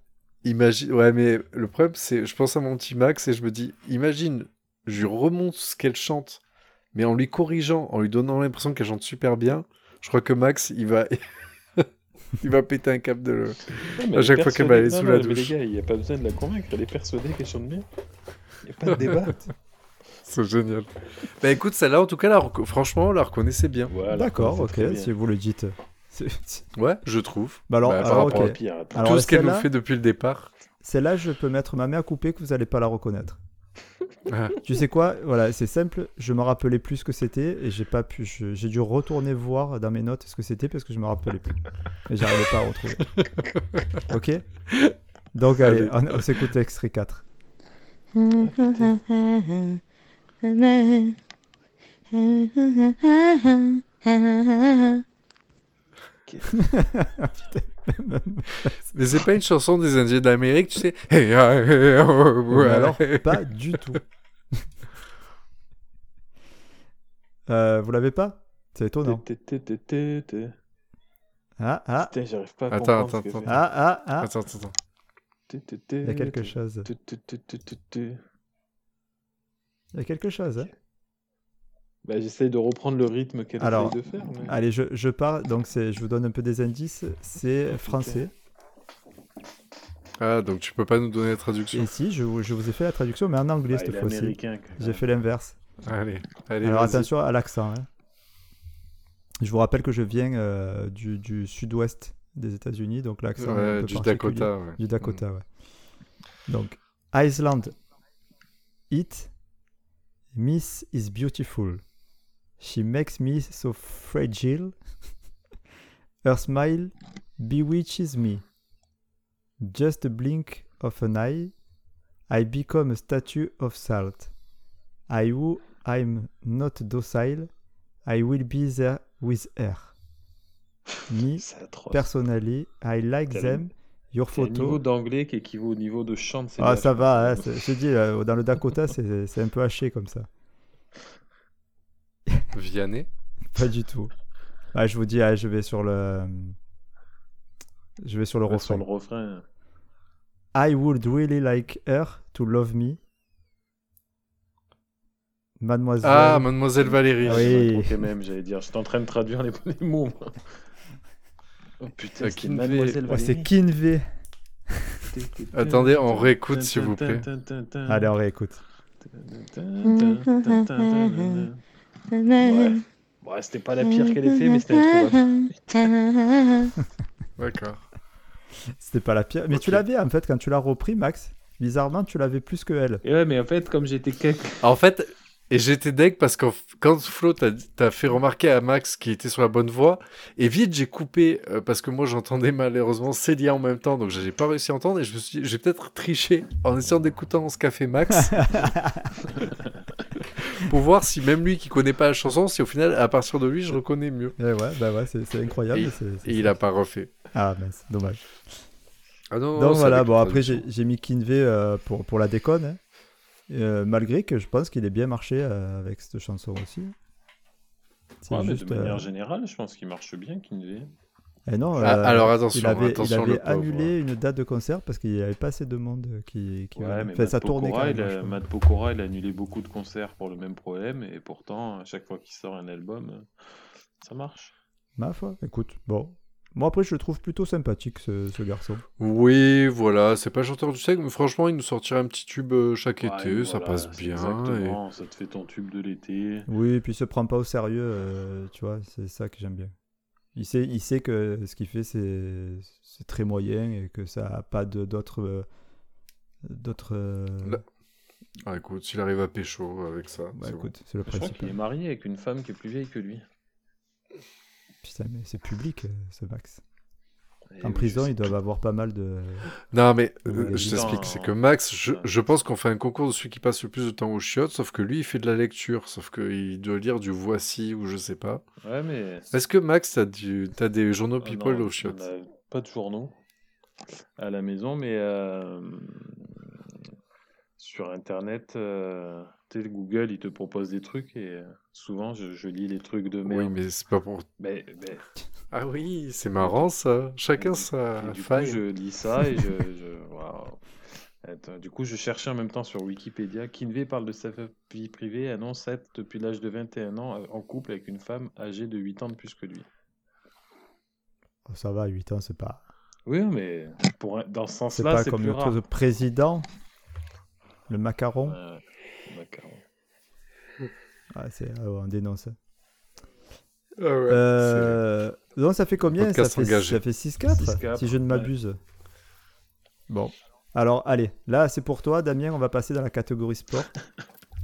Speaker 3: Imagine, ouais, mais le problème, c'est, je pense à mon petit Max et je me dis, imagine, je lui remonte ce qu'elle chante mais en lui corrigeant, en lui donnant l'impression qu'elle chante super bien, je crois que Max, il va, il va péter un cap de. le- À chaque fois qu'elle va aller sous la douche.
Speaker 4: il n'y a pas besoin de la convaincre, elle est persuadée qu'elle chante bien. Il n'y a pas de débat.
Speaker 3: C'est génial. Bah écoute, celle-là, en tout cas, la reco- franchement, on la reconnaissait bien.
Speaker 4: Voilà,
Speaker 2: D'accord,
Speaker 4: c'est
Speaker 2: ok,
Speaker 4: très bien.
Speaker 2: si vous le dites. C'est-
Speaker 3: Ouais, je trouve.
Speaker 2: Bah alors,
Speaker 3: Bah, par
Speaker 2: alors,
Speaker 4: Par
Speaker 2: ok. Ah,
Speaker 4: rapport au pire, attends.
Speaker 2: Alors,
Speaker 3: Tout ce qu'elle nous
Speaker 2: celle-là-
Speaker 3: fait depuis le départ.
Speaker 2: Celle-là, je peux mettre ma main à couper que vous n'allez pas la reconnaître.
Speaker 3: Ah.
Speaker 2: tu sais quoi Voilà, c'est simple. Je me rappelais plus ce que c'était et j'ai pas pu. je- J'ai dû retourner voir dans mes notes ce que c'était parce que je me rappelais plus. Et j'arrivais pas à retrouver. ok Donc allez, on, on s'écoute l'extrait 4.
Speaker 3: Mais c'est pas une chanson des Indiens d'Amérique, tu sais. Hey, ah, hey, ah, ouais,
Speaker 2: Mais
Speaker 3: ouais.
Speaker 2: alors, pas du tout. Euh, vous l'avez pas C'est étonnant.
Speaker 4: Té, té, té, té, té.
Speaker 2: Ah, ah,
Speaker 4: Putain, j'arrive pas à
Speaker 3: Attends,
Speaker 4: comprendre
Speaker 3: attends,
Speaker 4: ce que
Speaker 3: attends.
Speaker 4: c'est.
Speaker 2: ah, ah, ah.
Speaker 3: Attends, attends, attends.
Speaker 4: Té, té,
Speaker 2: Il y a quelque chose.
Speaker 4: té, té, té, té, té, té.
Speaker 2: Il y a quelque chose. hein.
Speaker 4: Bah, j'essaye de reprendre le rythme qu'elle
Speaker 2: Alors, ah,
Speaker 4: essaye de faire. mais-
Speaker 2: Allez, je, je pars. Donc, c'est, je vous donne un peu des indices. C'est français.
Speaker 3: Ah, donc tu peux pas nous donner la traduction.
Speaker 2: Et si, je, vous- je vous ai fait la traduction, mais en
Speaker 4: Ah,
Speaker 2: anglais
Speaker 4: il
Speaker 2: cette
Speaker 4: est
Speaker 2: fois-ci.
Speaker 4: américain. quand même.
Speaker 2: J'ai fait l'inverse.
Speaker 3: Allez, allez.
Speaker 2: Alors,
Speaker 3: vas-y.
Speaker 2: attention à l'accent. hein. Je vous rappelle que je viens euh, du, du sud-ouest des États-Unis, donc l'accent est un
Speaker 3: Ouais,
Speaker 2: peu
Speaker 3: du
Speaker 2: particulier.
Speaker 3: Dakota. ouais.
Speaker 2: Euh, Du
Speaker 4: Mm.
Speaker 2: Dakota, ouais. Donc, Iceland. It. Miss is beautiful. She makes me so fragile. Her smile bewitches me. Just a blink of an eye, I become a statue of salt. I who I'm not docile, I will be there with her. Me,
Speaker 4: C'est atroce.
Speaker 2: personally, I like
Speaker 4: Quel-
Speaker 2: them. Your
Speaker 4: C'est le
Speaker 2: photo.
Speaker 4: niveau d'anglais qui équivaut au niveau de chant de ces
Speaker 2: Ah,
Speaker 4: gars,
Speaker 2: ça
Speaker 4: je
Speaker 2: va, hein,
Speaker 4: pense.
Speaker 2: c'est- j'ai dit, euh, dans le Dakota, c'est c'est un peu haché comme ça.
Speaker 3: Vianney.
Speaker 2: Pas du tout. Ah, je vous dis, ah, je vais sur le. Je vais sur le
Speaker 4: Ouais,
Speaker 2: refrain.
Speaker 4: Sur
Speaker 2: Ah
Speaker 4: le refrain.
Speaker 2: I would really like her to love me. Mademoiselle.
Speaker 3: Ah, Mademoiselle Valérie.
Speaker 2: Ah
Speaker 4: Je
Speaker 2: oui.
Speaker 4: me racontais même, j'allais dire. J'étais en train de traduire les, les mots. moi. Oh
Speaker 3: Euh,
Speaker 4: putain,
Speaker 3: qui
Speaker 4: c'était
Speaker 3: ne fait-
Speaker 4: Mademoiselle
Speaker 2: Oh, c'est
Speaker 4: Valérie.
Speaker 2: Kinvey.
Speaker 3: Attendez, on réécoute, s'il vous plaît.
Speaker 2: Allez, on réécoute.
Speaker 4: Ouais. Ouais, c'était pas la pire qu'elle ait fait, mais c'était introuvable.
Speaker 3: D'accord.
Speaker 2: C'était pas la pire. Mais tu
Speaker 4: Ok.
Speaker 2: l'avais en fait quand tu l'as repris, Max. Bizarrement, tu l'avais plus que elle.
Speaker 4: Et ouais, mais en fait, comme j'étais quelqu'un.
Speaker 3: En fait, et j'étais deg parce que quand Flo t'a t'a fait remarquer à Max qui était sur la bonne voie, et vite j'ai coupé euh, parce que moi j'entendais malheureusement Célia en même temps, donc j'ai pas réussi à entendre et je me suis dit, j'ai peut-être triché en essayant d'écouter ce qu'a fait Max pour voir si même lui qui connaît pas la chanson, si au final à partir de lui je reconnais mieux.
Speaker 2: Eh ouais, bah ouais, c'est c'est incroyable. c'est- c'est-
Speaker 3: Et il a pas refait.
Speaker 2: Ah mince, dommage.
Speaker 3: Ah non, non,
Speaker 2: Donc
Speaker 3: c'est
Speaker 2: voilà,
Speaker 3: avec
Speaker 2: bon
Speaker 3: la
Speaker 2: après j'ai
Speaker 3: traduction.
Speaker 2: j'ai mis Kinvey euh, pour, pour la déconne, hein. Euh, malgré que je pense qu'il ait bien marché euh, avec cette chanson aussi. C'est
Speaker 4: Ouais, mais
Speaker 2: juste,
Speaker 4: de manière
Speaker 2: euh,
Speaker 4: générale, je pense qu'il marche bien, qu'il ne
Speaker 2: eh non,
Speaker 3: Ah,
Speaker 2: euh,
Speaker 3: alors
Speaker 2: il
Speaker 3: attention,
Speaker 2: avait,
Speaker 3: attention
Speaker 2: il
Speaker 3: le
Speaker 2: avait
Speaker 3: pauvre.
Speaker 2: annulé une date de concert parce qu'il n'y avait pas assez de monde qui, qui venait. Enfin, euh, ça tournait quand même. hein,
Speaker 4: il a-
Speaker 2: je crois.
Speaker 4: Matt Pokora, il a annulé beaucoup de concerts pour le même problème, et pourtant, à chaque fois qu'il sort un album, euh, ça marche.
Speaker 2: Ma foi, écoute, bon. Moi après je le trouve plutôt sympathique ce, ce garçon.
Speaker 3: Oui, voilà, c'est pas chanteur du siècle, mais franchement, il nous sortirait un petit tube euh, chaque
Speaker 4: Ouais,
Speaker 3: été, ça
Speaker 4: voilà,
Speaker 3: passe
Speaker 4: c'est
Speaker 3: bien. et-
Speaker 4: Exactement, ça te fait ton tube de l'été.
Speaker 2: Oui, et puis il se prend pas au sérieux, euh, tu vois, c'est ça que j'aime bien. Il sait, il sait que ce qu'il fait, c'est c'est très moyen et que ça n'a pas de- d'autres. euh, d'autres. euh,
Speaker 3: Là, Ah, écoute, s'il arrive à pécho avec ça.
Speaker 2: bah,
Speaker 3: c'est bon.
Speaker 2: écoute, c'est le
Speaker 4: Je crois
Speaker 2: principe.
Speaker 4: qu'il est marié avec une femme qui est plus vieille que lui.
Speaker 2: Putain, mais c'est public, euh, ce Max.
Speaker 4: Et
Speaker 2: En
Speaker 4: oui,
Speaker 2: prison,
Speaker 4: je-
Speaker 2: ils doivent avoir pas mal de.
Speaker 3: Non,
Speaker 2: Ouais,
Speaker 3: mais euh,
Speaker 2: mais
Speaker 3: je
Speaker 4: dis-donc,
Speaker 3: t'explique,
Speaker 4: hein.
Speaker 3: c'est que Max, je,
Speaker 4: Ouais.
Speaker 3: je pense qu'on fait un concours de celui qui passe le plus de temps aux chiottes, sauf que lui, il fait de la lecture, sauf qu'il doit lire du voici ou je sais pas.
Speaker 4: Ouais, mais.
Speaker 3: Est-ce que Max, t'as du... t'as des journaux
Speaker 4: Ah
Speaker 3: people
Speaker 4: non,
Speaker 3: aux chiottes
Speaker 4: on a Pas de journaux à la maison, mais euh, sur Internet, euh, tu sais, Google, il te propose des trucs et euh, souvent, je, je lis les trucs de
Speaker 3: Oui,
Speaker 4: merde.
Speaker 3: mais c'est pas pour.
Speaker 4: Mais- mais-
Speaker 3: Ah oui, c'est marrant ça. Chacun
Speaker 4: Et
Speaker 2: Ah,
Speaker 3: sa
Speaker 4: du coup,
Speaker 3: faille.
Speaker 4: je lis ça et je. je- waouh. Attends, du coup, je cherchais en même temps sur Wikipédia. Kinvey parle de sa vie privée et annonce être, depuis l'âge de 21 ans, euh, en couple avec une femme âgée de 8 ans de plus que lui.
Speaker 2: Oh, Ça va, 8 ans, c'est pas,
Speaker 4: Oui, mais pour un- dans ce
Speaker 2: c'est
Speaker 4: sens-là,
Speaker 2: pas
Speaker 4: c'est
Speaker 2: comme
Speaker 4: plus
Speaker 2: le
Speaker 4: rare.
Speaker 2: truc de président, le macaron.
Speaker 4: Euh, d'accord.
Speaker 2: Ah, c'est, ah ouais, on dénonce.
Speaker 3: Ah ouais,
Speaker 2: Euh, donc ça fait combien ça
Speaker 3: Podcast
Speaker 2: fait,
Speaker 3: engagé.
Speaker 2: ça fait 6-4
Speaker 4: 6-4,
Speaker 2: si je ne m'abuse. Bon. Alors allez, là c'est pour toi Damien, on va passer dans la catégorie sport.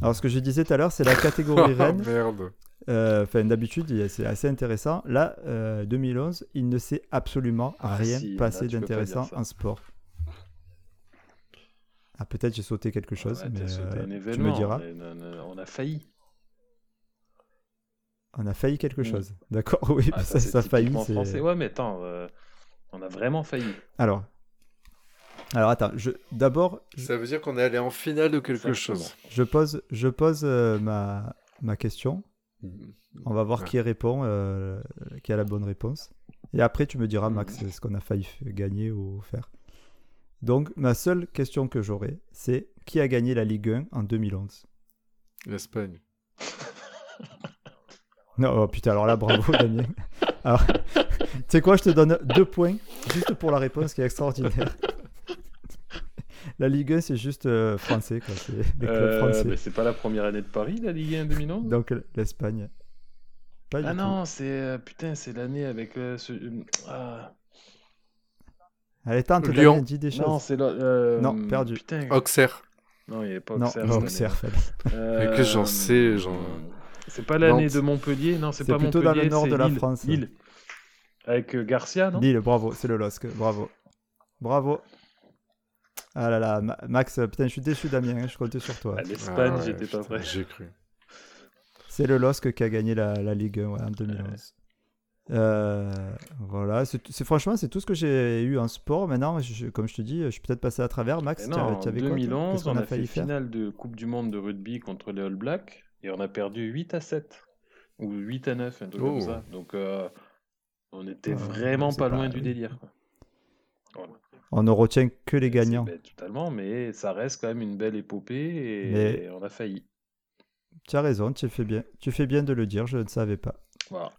Speaker 2: Alors ce que je disais tout à l'heure, c'est la
Speaker 3: c'est- Ah,
Speaker 2: catégorie reine.
Speaker 3: merde.
Speaker 2: Euh, Enfin d'habitude il y a- c'est assez intéressant. Là, euh, 2011, il ne s'est absolument
Speaker 4: Ah,
Speaker 2: rien
Speaker 4: si, là,
Speaker 2: passé
Speaker 4: tu peux pas
Speaker 2: d'intéressant
Speaker 4: dire ça.
Speaker 2: en sport. Ah peut-être j'ai sauté quelque chose,
Speaker 4: Ouais, t'as
Speaker 2: mais
Speaker 4: sauté
Speaker 2: euh,
Speaker 4: un
Speaker 2: tu me
Speaker 4: événement,
Speaker 2: diras.
Speaker 4: mais non, non, on a failli.
Speaker 2: On a failli quelque
Speaker 4: Mm.
Speaker 2: chose. D'accord, oui,
Speaker 4: Ah,
Speaker 2: ça,
Speaker 4: c'est
Speaker 2: ça a failli.
Speaker 4: typiquement
Speaker 2: c'est-
Speaker 4: français. Ouais, mais attends, euh, on a vraiment failli.
Speaker 2: Alors, alors attends, je, d'abord, je,
Speaker 3: Ça veut dire qu'on est allé en finale de quelque
Speaker 4: Exactement.
Speaker 3: chose.
Speaker 2: je pose, je pose euh, ma, ma question. On va voir
Speaker 3: Ouais.
Speaker 2: qui répond, euh, qui a la bonne réponse. Et après, tu me diras, Max, ce qu'on a failli f- gagner ou faire. Donc, ma seule question que j'aurai, c'est qui a gagné la Ligue 1 en 2011
Speaker 3: L'Espagne.
Speaker 2: Non, oh, putain, alors là, bravo, Damien. Alors, tu sais quoi, je te donne deux points juste pour la réponse qui est extraordinaire. La Ligue 1, c'est juste euh, français, quoi. C'est des clubs
Speaker 4: Euh,
Speaker 2: français.
Speaker 4: mais c'est pas la première année de Paris, la Ligue 1 2011
Speaker 2: Donc l'Espagne. Pas
Speaker 4: Ah
Speaker 2: du tout.
Speaker 4: non, c'est euh, putain, c'est l'année avec euh, ce- euh, ah,
Speaker 2: Allez, tente,
Speaker 3: Lyon.
Speaker 2: Damien, dis des
Speaker 4: non,
Speaker 2: choses.
Speaker 4: c'est la- euh,
Speaker 2: Non, perdu.
Speaker 4: Putain.
Speaker 3: Auxerre.
Speaker 4: Non, il n'y avait pas
Speaker 2: Non,
Speaker 4: Auxerre.
Speaker 2: non,
Speaker 4: cette
Speaker 2: Auxerre,
Speaker 4: année.
Speaker 2: Fred.
Speaker 4: Euh,
Speaker 3: Mais que j'en sais, j'en-
Speaker 4: C'est pas l'année
Speaker 3: Nantes.
Speaker 4: de Montpellier, non, c'est
Speaker 2: C'est
Speaker 4: pas
Speaker 2: plutôt dans le
Speaker 4: Montpellier,
Speaker 2: nord de
Speaker 4: c'est
Speaker 2: la
Speaker 4: Lille,
Speaker 2: France.
Speaker 4: Lille. Avec euh, Garcia, non
Speaker 2: Lille, bravo, c'est le LOSC, bravo. Bravo. Ah là là, Ma- Max, putain, je suis déçu, Damien, hein, je comptais sur toi.
Speaker 4: Ah, L'Espagne,
Speaker 3: Ah ouais,
Speaker 4: j'étais pas
Speaker 3: putain,
Speaker 4: prêt.
Speaker 3: J'ai cru.
Speaker 2: C'est le LOSC qui a gagné la, la Ligue 1 ouais, en 2011. Euh, voilà, c'est c'est- franchement, c'est tout ce que j'ai eu en sport. Maintenant, je- comme je te dis, je suis peut-être passé à travers. Max,
Speaker 4: Mais
Speaker 2: tu
Speaker 4: non,
Speaker 2: avais
Speaker 4: en
Speaker 2: tu avais quoi toi Qu'est-ce
Speaker 4: 2011,
Speaker 2: qu'on
Speaker 4: on a, fait
Speaker 2: failli faire
Speaker 4: finale de Coupe du Monde de rugby contre les All Blacks et on a perdu 8 à 7 ou 8 à 9, un truc
Speaker 3: Oh.
Speaker 4: comme ça. Donc euh, on était
Speaker 2: Ouais,
Speaker 4: vraiment
Speaker 2: Ah, c'est
Speaker 4: pas
Speaker 2: pas-
Speaker 4: loin du
Speaker 2: oui.
Speaker 4: délire. quoi. Voilà.
Speaker 2: On ne retient que les gagnants.
Speaker 4: C'est bête, totalement, mais ça reste quand même une belle épopée et
Speaker 2: Mais-
Speaker 4: on a failli.
Speaker 2: Tu as raison, tu fais bien. Tu fais bien de le dire, je ne savais pas.
Speaker 4: Voilà.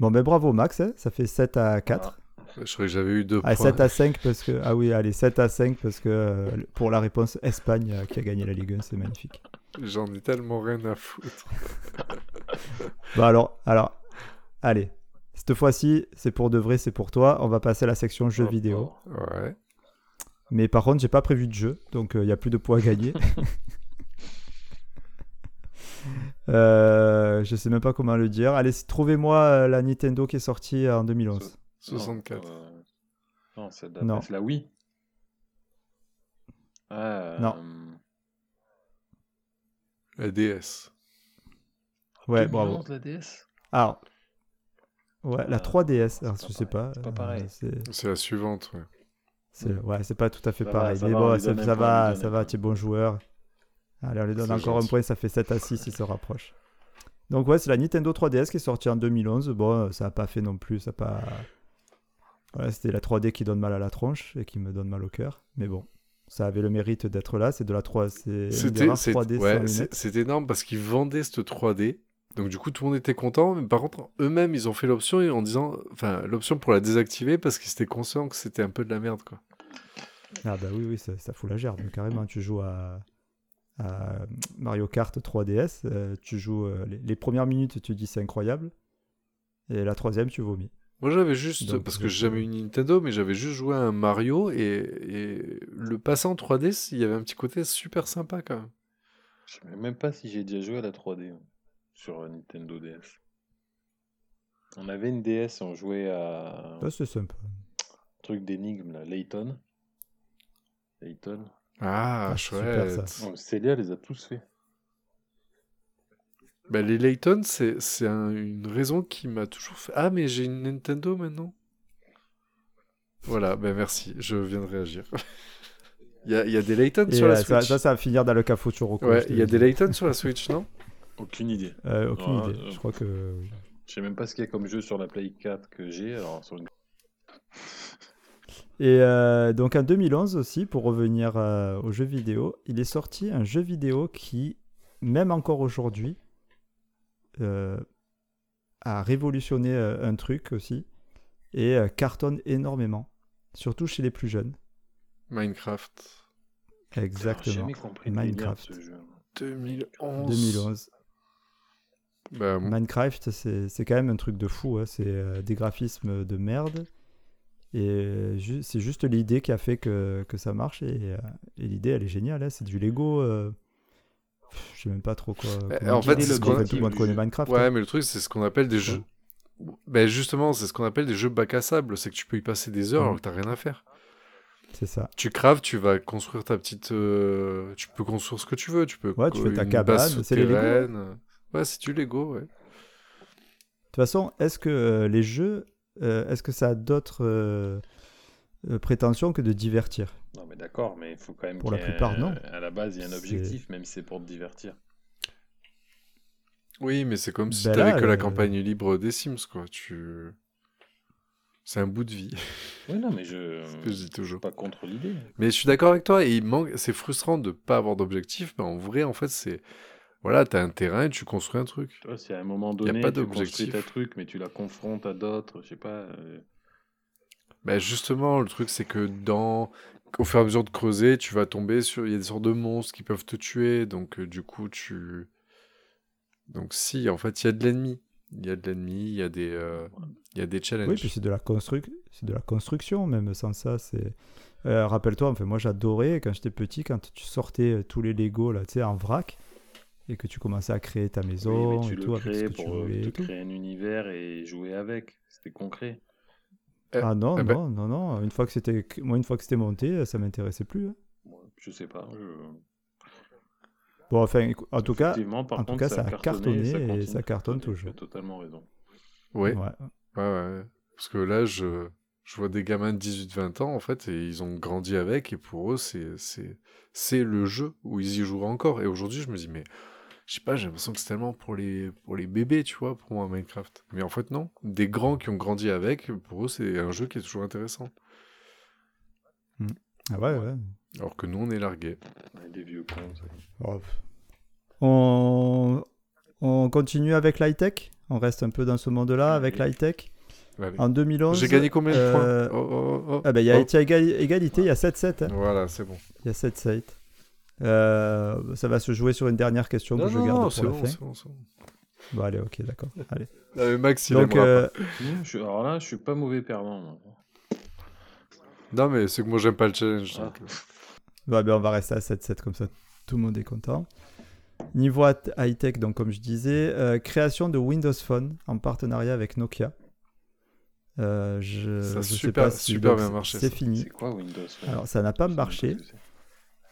Speaker 2: Bon, ben bravo Max, hein, ça fait 7
Speaker 4: Ah,
Speaker 2: à 4.
Speaker 3: Je croyais que j'avais eu deux
Speaker 2: Ah,
Speaker 3: points.
Speaker 2: 7 à 5 parce que. Ah oui, allez, 7 à 5 parce que euh, le- pour la réponse, Espagne euh, qui a gagné la Ligue 1, c'est magnifique.
Speaker 3: J'en ai tellement rien à foutre.
Speaker 2: Bon, alors, alors, allez. Cette fois-ci, c'est pour de vrai, c'est pour toi. On va passer à la section jeux
Speaker 4: Oh,
Speaker 2: vidéo.
Speaker 4: oh.
Speaker 3: Ouais.
Speaker 2: Mais par contre, j'ai pas prévu de jeu, donc il n'y a plus de points à gagner. euh, je sais même pas comment le dire. Allez, trouvez-moi euh, la Nintendo qui est sortie en 2011.
Speaker 3: 64.
Speaker 4: Non, euh, non, c'est
Speaker 2: Non.
Speaker 4: la, c'est la Wii. Ah,
Speaker 2: Non.
Speaker 4: euh,
Speaker 3: La DS.
Speaker 2: Ouais, bravo.
Speaker 4: 2011, la DS
Speaker 3: Ah.
Speaker 2: Alors, ouais, la
Speaker 4: Euh,
Speaker 2: 3DS, alors,
Speaker 4: c'est
Speaker 2: je
Speaker 4: pas
Speaker 2: sais pas.
Speaker 4: pareil, c'est pas
Speaker 2: euh,
Speaker 4: pareil.
Speaker 2: c'est-
Speaker 3: C'est la suivante. ouais.
Speaker 2: c'est- ouais, c'est pas tout à fait
Speaker 4: Ça va,
Speaker 2: pareil.
Speaker 4: ça
Speaker 2: mais
Speaker 4: va, on
Speaker 2: bon,
Speaker 4: lui
Speaker 2: ça,
Speaker 4: donne un
Speaker 2: ça
Speaker 4: point, on lui
Speaker 2: va,
Speaker 4: donne
Speaker 2: ça
Speaker 4: un
Speaker 2: va,
Speaker 4: point.
Speaker 2: tu es bon joueur. Allez, on lui donne
Speaker 3: C'est
Speaker 2: encore un
Speaker 3: gentil.
Speaker 2: point, ça fait 7 à 6, il se rapproche. Donc ouais, c'est la Nintendo 3DS qui est sortie en 2011. Bon, euh, ça n'a pas fait non plus, ça a pas... Voilà, c'était la 3D qui donne mal à la tronche et qui me donne mal au cœur. Mais bon, ça avait le mérite d'être là, c'est de la 3 c'est une des
Speaker 3: C'était
Speaker 2: rares
Speaker 3: c'est-
Speaker 2: 3D sans
Speaker 3: ouais,
Speaker 2: lunettes.
Speaker 3: c'est- c'est énorme parce qu'ils vendaient cette 3D. Donc du coup, tout le monde était content. Mais par contre, eux-mêmes, ils ont fait l'option et en disant, enfin, l'option pour la désactiver parce qu'ils étaient conscients que c'était un peu de la merde, quoi.
Speaker 2: Ah bah oui, oui, ça, ça fout la gerbe, carrément. Tu joues à, à Mario Kart 3DS, euh, tu joues euh, les, les premières minutes, tu dis c'est incroyable, et la troisième, tu vomis.
Speaker 3: Moi, j'avais juste,
Speaker 2: Donc,
Speaker 3: parce
Speaker 2: euh,
Speaker 3: que j'ai jamais eu Nintendo, mais j'avais juste joué à un Mario et, et le passé en 3D, il y avait un petit côté super sympa quand même.
Speaker 4: Je sais même pas si j'ai déjà joué à la 3D hein, sur euh, Nintendo DS. On avait une DS, on jouait à
Speaker 2: Ça, c'est sympa.
Speaker 4: un truc d'énigme, là, Layton. Layton.
Speaker 3: Ah,
Speaker 2: Ah, c'est super,
Speaker 3: chouette.
Speaker 2: ça.
Speaker 4: Oh, Célia les a tous fait.
Speaker 3: Bah, les Layton, c'est c'est un- une raison qui m'a toujours fait. Ah, mais j'ai une Nintendo maintenant. Voilà, ben merci, je viens de réagir. Il y a, il y a des Layton
Speaker 2: Et,
Speaker 3: sur la
Speaker 2: euh, ça,
Speaker 3: Switch.
Speaker 2: ça, ça va finir dans le cafouchuro.
Speaker 3: ouais, il y a des Layton sur la Switch, non
Speaker 4: Aucune idée.
Speaker 2: euh, Aucune
Speaker 4: Ouais,
Speaker 2: idée,
Speaker 4: euh,
Speaker 2: je crois que... oui.
Speaker 4: Je sais même pas ce qu'il y a comme jeu sur la Play 4 que j'ai. Alors sur une...
Speaker 2: Et euh, donc en 2011 aussi, pour revenir euh, aux jeux vidéo, il est sorti un jeu vidéo qui, même encore aujourd'hui, euh, a révolutionné euh, un truc aussi et euh, cartonne énormément, surtout chez les plus jeunes.
Speaker 3: Minecraft.
Speaker 4: J'ai
Speaker 2: Exactement.
Speaker 4: jamais compris le délire de
Speaker 2: Minecraft.
Speaker 4: ce jeu.
Speaker 3: 2011.
Speaker 2: 2011.
Speaker 3: Bah, moi,
Speaker 2: Minecraft, c'est c'est quand même un truc de fou. hein. C'est euh, des graphismes de merde. Et euh, ju- c'est juste l'idée qui a fait que, que ça marche. Et, euh, et l'idée, elle est géniale. hein. C'est du Lego. euh, pff, Je sais même pas trop quoi. comment
Speaker 3: Bah, en
Speaker 2: dire,
Speaker 3: fait, c'est
Speaker 2: parce
Speaker 3: ce
Speaker 2: qu'en
Speaker 3: qu'on
Speaker 2: tout le monde
Speaker 4: a-
Speaker 2: connaît Minecraft.
Speaker 3: Ouais,
Speaker 2: hein.
Speaker 3: mais le truc, c'est ce qu'on appelle des
Speaker 2: C'est
Speaker 3: jeux. Ben justement, c'est ce qu'on appelle des jeux bac à sable. C'est que tu peux y passer des heures
Speaker 2: Mhm.
Speaker 3: alors que t'as rien à faire.
Speaker 2: C'est ça.
Speaker 3: Tu craves, tu vas construire ta petite. euh, Tu peux construire ce que tu veux. Tu peux.
Speaker 2: Ouais, tu fais ta
Speaker 3: une
Speaker 2: cabane,
Speaker 3: base
Speaker 2: c'est les Lego,
Speaker 3: souterraine. Ouais, c'est du Lego, ouais.
Speaker 2: De toute façon, est-ce que euh, les jeux, euh, est-ce que ça a d'autres euh, euh, prétentions que de divertir
Speaker 4: Non, mais d'accord, mais il faut quand même.
Speaker 2: Pour la
Speaker 4: qu'il y ait
Speaker 2: plupart,
Speaker 4: un-
Speaker 2: non.
Speaker 4: À la base, il y a un
Speaker 2: C'est-
Speaker 4: objectif, même si c'est pour te divertir.
Speaker 3: Oui, mais c'est comme si
Speaker 2: Ben
Speaker 3: t'avais
Speaker 2: là,
Speaker 3: que la
Speaker 2: euh,
Speaker 3: campagne libre des Sims, quoi. Tu. C'est un bout de vie,
Speaker 4: Oui, non, mais je.
Speaker 3: ce que je dis toujours.
Speaker 4: pas contre l'idée.
Speaker 3: Mais je suis d'accord avec toi, et il manque, c'est frustrant de pas avoir d'objectif, mais en vrai, en fait, c'est. Voilà, t'as un terrain et tu construis un truc.
Speaker 4: Tu vois, si à un moment donné,
Speaker 3: pas
Speaker 4: tu construis
Speaker 3: d'objectif.
Speaker 4: ta truc, mais tu la confrontes à d'autres, je sais pas. euh,
Speaker 3: Bah justement, le truc, c'est que dans. Au fur et à mesure de creuser, tu vas tomber sur. Il y a des sortes de monstres qui peuvent te tuer, donc euh, du coup, tu. Donc si, en fait, il y a de l'ennemi. Il y a de l'ennemi, il y a des. euh, Il y a des challenges.
Speaker 2: Oui, puis c'est de la construc- c'est de la construction même sans ça. C'est Euh, rappelle-toi, enfin moi j'adorais quand j'étais petit quand tu sortais euh, tous les Lego là, tu sais en vrac et que tu commençais à créer ta
Speaker 4: oui,
Speaker 2: maison
Speaker 4: mais tu
Speaker 2: et
Speaker 4: le
Speaker 2: tout avec ce
Speaker 4: crées
Speaker 2: que tu
Speaker 4: pour euh,
Speaker 2: voulais.
Speaker 4: te
Speaker 2: et tout.
Speaker 4: créer un univers et jouer avec. C'était concret.
Speaker 3: Euh,
Speaker 2: Ah non
Speaker 3: eh ben-
Speaker 2: non non non, une fois que c'était moi une fois que c'était monté, ça m'intéressait plus. hein.
Speaker 4: Moi, je sais pas. je-
Speaker 2: Bon enfin écou- en tout cas
Speaker 4: Effectivement, par
Speaker 2: en tout
Speaker 4: contre,
Speaker 2: cas,
Speaker 4: ça a cartonné, et ça,
Speaker 2: et
Speaker 4: continue
Speaker 2: ça cartonne
Speaker 4: de cartonner,
Speaker 2: toujours.
Speaker 4: Tu as totalement raison.
Speaker 3: Ouais.
Speaker 2: ouais.
Speaker 3: Ouais, ouais. Parce que là, je, je vois des gamins de 18-20 ans, en fait, et ils ont grandi avec, et pour eux, c'est, c'est, c'est le jeu où ils y joueront encore. Et aujourd'hui, je me dis, mais je sais pas, j'ai l'impression que c'est tellement pour les, pour les bébés, tu vois, pour moi, Minecraft. Mais en fait, non. Des grands qui ont grandi avec, pour eux, c'est un jeu qui est toujours intéressant.
Speaker 2: Ah ouais, ouais.
Speaker 3: Alors que nous, on est largués.
Speaker 4: Ouais, des vieux cons. ça.
Speaker 2: Oh, pff. On on continue avec l'high tech. On reste un peu dans ce monde-là avec
Speaker 4: Oui.
Speaker 2: l'high tech.
Speaker 3: Allez.
Speaker 2: En 2011
Speaker 3: J'ai gagné combien de
Speaker 2: Ah, euh,
Speaker 3: points Oh, oh, oh, oh.
Speaker 2: Ah ben, il y a
Speaker 3: Oh.
Speaker 2: il y a égali- égalité, il y a 7-7. hein.
Speaker 3: Voilà, c'est bon.
Speaker 2: Il y a 7-7. Euh, ça va se jouer sur une dernière question
Speaker 3: Non,
Speaker 2: que je
Speaker 3: non,
Speaker 2: garde
Speaker 3: non,
Speaker 2: pour
Speaker 3: c'est
Speaker 2: la
Speaker 3: bon,
Speaker 2: fin.
Speaker 3: c'est bon, c'est bon.
Speaker 2: Bon, allez, ok, d'accord. Allez.
Speaker 3: Ah, mais Max, il
Speaker 2: Donc,
Speaker 3: aimera
Speaker 2: euh,
Speaker 4: Non, je- Alors là, je suis pas mauvais perdant. moi.
Speaker 3: pas. Non, mais c'est que moi, j'aime pas le challenge.
Speaker 4: Ah.
Speaker 3: donc, euh,
Speaker 2: bah, ben, on va rester à 7-7, comme ça tout le monde est content. Niveau at- high-tech, donc comme je disais, euh, création de Windows Phone en partenariat avec Nokia. Euh, je,
Speaker 3: Ça a
Speaker 2: je sais
Speaker 3: super-
Speaker 2: pas si
Speaker 3: super
Speaker 2: donc,
Speaker 3: bien
Speaker 2: c'est-
Speaker 3: marché,
Speaker 2: C'est
Speaker 3: ça.
Speaker 2: fini.
Speaker 4: C'est quoi Windows ouais
Speaker 2: Mm. Alors ça n'a pas
Speaker 4: Je sais
Speaker 2: marché.
Speaker 4: même pas ce que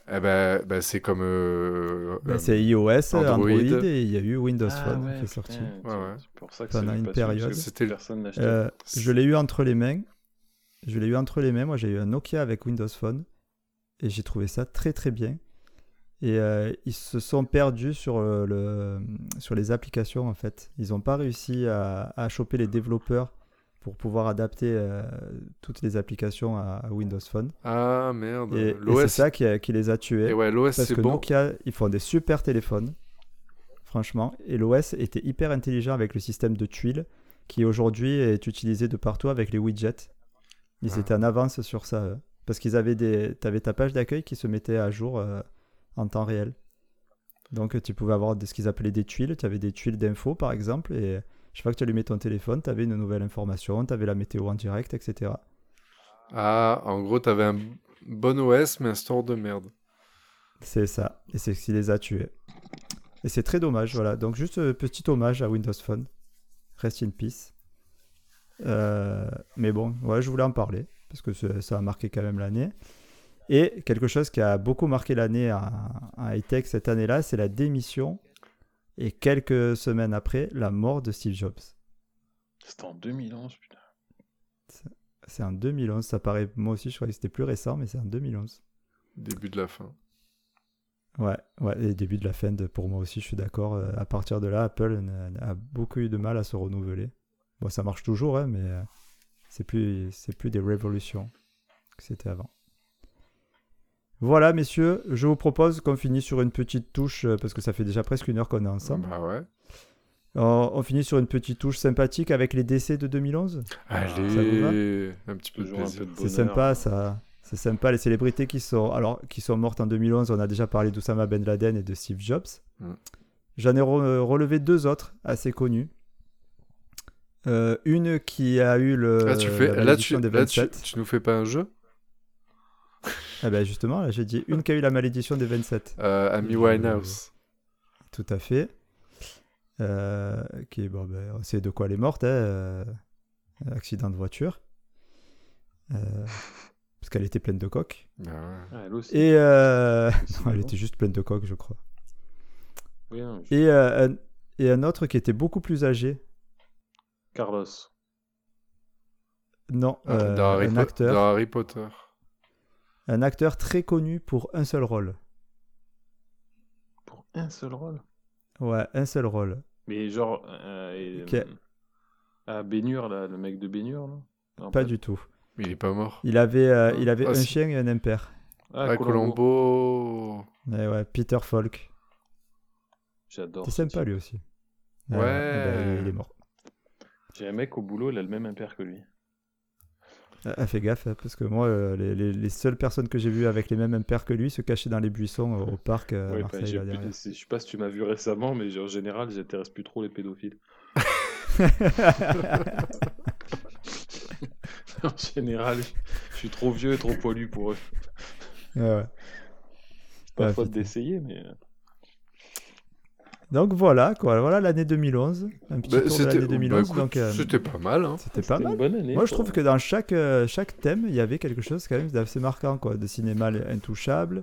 Speaker 4: c'est.
Speaker 3: eh ben, ben, c'est comme. euh,
Speaker 2: Ben,
Speaker 3: euh,
Speaker 2: c'est iOS,
Speaker 3: Android.
Speaker 2: Android. et il y a eu Windows
Speaker 4: Ah
Speaker 2: Phone
Speaker 4: ouais,
Speaker 2: qui est sorti.
Speaker 4: putain,
Speaker 3: Ouais, ouais.
Speaker 4: C'est pour ça que
Speaker 2: Pendant
Speaker 4: ça
Speaker 2: une
Speaker 4: une
Speaker 2: période.
Speaker 4: période.
Speaker 3: C'était le-
Speaker 4: personne n'achetait.
Speaker 2: Euh, je l'ai eu entre les mains. Je l'ai eu entre les mains. Moi, j'ai eu un Nokia avec Windows Phone. Et j'ai trouvé ça très, très bien. Et euh, ils se sont perdus sur, le, le- sur les applications, en fait. Ils n'ont pas réussi à, à choper les développeurs pour pouvoir adapter euh, toutes les applications à, à Windows Phone.
Speaker 3: Ah merde,
Speaker 2: Et, et c'est
Speaker 3: l'OS.
Speaker 2: ça qui, a- qui les a tués.
Speaker 3: Et ouais, l'OS
Speaker 2: Parce
Speaker 3: c'est
Speaker 2: que
Speaker 3: bon.
Speaker 2: Nokia, ils font des super téléphones, franchement. Et l'OS était hyper intelligent avec le système de tuiles qui aujourd'hui est utilisé de partout avec les widgets. Ils
Speaker 3: Ah.
Speaker 2: étaient en avance sur ça. eux. Parce qu'ils avaient des... T'avais ta page d'accueil qui se mettait à jour euh, en temps réel. Donc tu pouvais avoir de, ce qu'ils appelaient des tuiles. Tu avais des tuiles d'infos par exemple. Et euh, chaque fois que tu allumais ton téléphone, tu avais une nouvelle information, tu avais la météo en direct, etc.
Speaker 3: Ah, en gros, t'avais un bon OS mais un store de merde.
Speaker 2: C'est ça. Et c'est ce qui les a tués. Et c'est très dommage, voilà. Donc juste euh, petit hommage à Windows Phone. Rest in peace. Euh, mais bon, ouais, je voulais en parler, parce que ce- ça a marqué quand même l'année. Et quelque chose qui a beaucoup marqué l'année en en high-tech cette année-là, c'est la démission et quelques semaines après, la mort de Steve Jobs.
Speaker 4: C'était en 2011, putain.
Speaker 2: C'est en 2011, ça paraît, moi aussi je croyais que c'était plus récent, mais c'est en 2011.
Speaker 3: Début de la fin.
Speaker 2: Ouais, ouais, et début de la fin de, pour moi aussi, je suis d'accord. Euh, À partir de là, Apple n'a- a beaucoup eu de mal à se renouveler. Bon, ça marche toujours, hein, mais euh, c'est plus, c'est plus des révolutions que c'était avant. Voilà, messieurs, je vous propose qu'on finisse sur une petite touche, euh, parce que ça fait déjà presque une heure qu'on est ensemble.
Speaker 3: Bah ouais.
Speaker 2: On, on finit sur une petite touche sympathique avec les décès de 2011.
Speaker 4: Ah,
Speaker 3: Allez, un petit peu de
Speaker 4: Toujours un
Speaker 3: plaisir.
Speaker 4: peu de
Speaker 2: C'est
Speaker 4: bonheur.
Speaker 2: sympa, ça. C'est sympa, les célébrités qui sont, alors, qui sont mortes en 2011. On a déjà parlé d'Oussama Ben Laden et de Steve Jobs.
Speaker 3: Mm.
Speaker 2: J'en ai re- relevé deux autres assez connues. Euh, une qui a eu le.
Speaker 3: Ah, tu fais,
Speaker 2: Euh, la
Speaker 3: là, tu,
Speaker 2: malédiction des
Speaker 3: là, tu-
Speaker 2: 27.
Speaker 3: tu nous fais pas un jeu
Speaker 2: Ah ben justement, là, j'ai dit une qui a eu la malédiction des 27.
Speaker 3: euh, Amy Winehouse.
Speaker 2: Tout à fait. Euh, qui, bon, ben, on sait de quoi elle est morte. hein, euh, accident de voiture. Euh, parce qu'elle était pleine de coques.
Speaker 3: Ah ouais.
Speaker 4: Ah, elle aussi.
Speaker 2: Et. euh,
Speaker 4: Décidément.
Speaker 2: elle était juste pleine de coques, je crois.
Speaker 4: Oui, hein, je-
Speaker 2: Et, euh, un, et un autre qui était beaucoup plus âgé.
Speaker 4: Carlos.
Speaker 2: Non, euh,
Speaker 3: Ah, dans, Harry
Speaker 2: un
Speaker 3: Po- dans
Speaker 2: acteur.
Speaker 3: Harry Potter.
Speaker 2: Un acteur très connu pour un seul rôle.
Speaker 4: Pour un seul rôle.
Speaker 2: Ouais, un seul rôle.
Speaker 4: Mais genre. euh, et,
Speaker 2: Ok.
Speaker 4: euh, ah, Bénure, là, le mec de Bénure, là. Non,
Speaker 2: Pas du tout.
Speaker 3: Mais il est pas mort.
Speaker 2: Il avait, euh, il avait
Speaker 3: Ah,
Speaker 2: un
Speaker 3: si.
Speaker 2: chien et un impair.
Speaker 4: Ah,
Speaker 3: Ah, Colombo.
Speaker 4: Colombo.
Speaker 2: Ouais, ouais, Peter Falk.
Speaker 4: J'adore.
Speaker 2: C'est
Speaker 4: ce type.
Speaker 2: sympa lui aussi.
Speaker 3: Oh, Ouais.
Speaker 2: ben, il est mort.
Speaker 4: J'ai un mec au boulot, il a le même impair que lui.
Speaker 2: Ah, ah, fais gaffe, hein, parce que moi, euh, les, les- les seules personnes que j'ai vues avec les mêmes impairs que lui se cachaient dans les buissons euh, au parc euh, à
Speaker 4: Ouais, bah,
Speaker 2: Marseille.
Speaker 4: j'ai
Speaker 2: là,
Speaker 4: plus-
Speaker 2: derrière.
Speaker 4: je sais pas si tu m'as vu récemment, mais genre, en général, j'intéresse plus trop les pédophiles. en général, je suis trop vieux et trop poilu pour eux.
Speaker 2: Ouais, ouais.
Speaker 4: C'est pas
Speaker 2: Ah,
Speaker 4: faute
Speaker 2: putain.
Speaker 4: d'essayer, mais. euh,
Speaker 2: Donc voilà, quoi. Voilà l'année 2011. Un petit
Speaker 3: Bah,
Speaker 2: tour de
Speaker 3: c'était
Speaker 2: l'année
Speaker 3: bah,
Speaker 2: 2011.
Speaker 3: écoute,
Speaker 2: donc, euh,
Speaker 3: c'était pas mal. Hein.
Speaker 2: c'était pas
Speaker 4: c'était
Speaker 2: mal.
Speaker 4: une bonne année.
Speaker 2: Moi, je
Speaker 4: pour-
Speaker 2: trouve que dans chaque, euh, chaque thème, il y avait quelque chose quand même d'assez marquant, quoi. De cinéma les intouchable,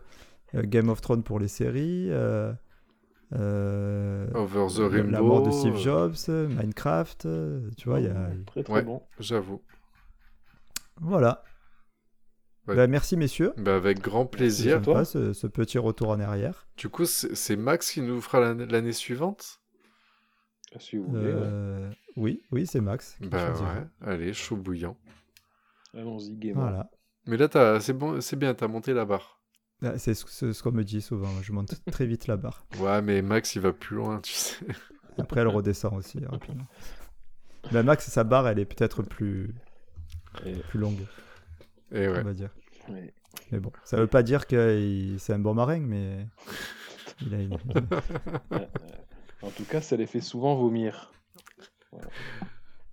Speaker 2: euh, Game of Thrones pour les séries, euh, euh,
Speaker 3: Over Oh, the
Speaker 2: la-
Speaker 3: Rainbow.
Speaker 2: la mort de Steve
Speaker 3: euh,
Speaker 2: Jobs, euh, Minecraft, euh, tu vois, il y a...
Speaker 4: Très très
Speaker 3: Ouais.
Speaker 4: bon.
Speaker 3: J'avoue.
Speaker 2: Voilà.
Speaker 3: Oh. Ouais.
Speaker 2: Ben, merci, messieurs.
Speaker 3: Bah, avec grand plaisir.
Speaker 2: C'est sympa, ce, ce petit retour en arrière.
Speaker 3: Du coup, c'est c'est Max qui nous fera l'année l'année suivante
Speaker 4: Si vous voulez, ouais.
Speaker 2: Euh, Oui, oui, c'est Max. qui
Speaker 3: Bah
Speaker 2: choisira.
Speaker 3: ouais, allez, chaud bouillant.
Speaker 4: allons-y gaiement.
Speaker 2: Voilà.
Speaker 3: Mais là, t'as- c'est bon, c'est bien, t'as monté la barre.
Speaker 2: Ah, C'est ce, ce- ce qu'on me dit souvent. Je monte très vite la barre.
Speaker 3: Ouais, mais Max, il va plus loin, tu sais.
Speaker 2: Après, elle redescend aussi hein, rapidement. Ben, Max, sa barre, elle est peut-être plus,
Speaker 4: Et-
Speaker 2: plus longue,
Speaker 3: Et ouais.
Speaker 2: on va dire.
Speaker 4: Ouais.
Speaker 2: Mais bon, ça veut pas dire que il- c'est un bon maringue, mais il a une...
Speaker 4: Euh, En tout cas, ça les fait souvent vomir.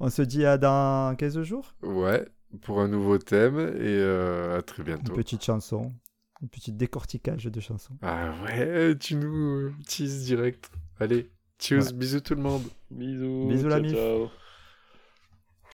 Speaker 2: On se dit à dans 15 jours.
Speaker 3: Ouais, pour un nouveau thème et euh, à très
Speaker 2: Une
Speaker 3: bientôt.
Speaker 2: petite chanson, une petite décortiquage de chanson.
Speaker 3: Ah ouais, tu nous teases direct. Allez, cheers, bisous tout le monde.
Speaker 4: Bisous.
Speaker 2: Bisous, la
Speaker 4: ciao,
Speaker 2: mif.
Speaker 4: ciao.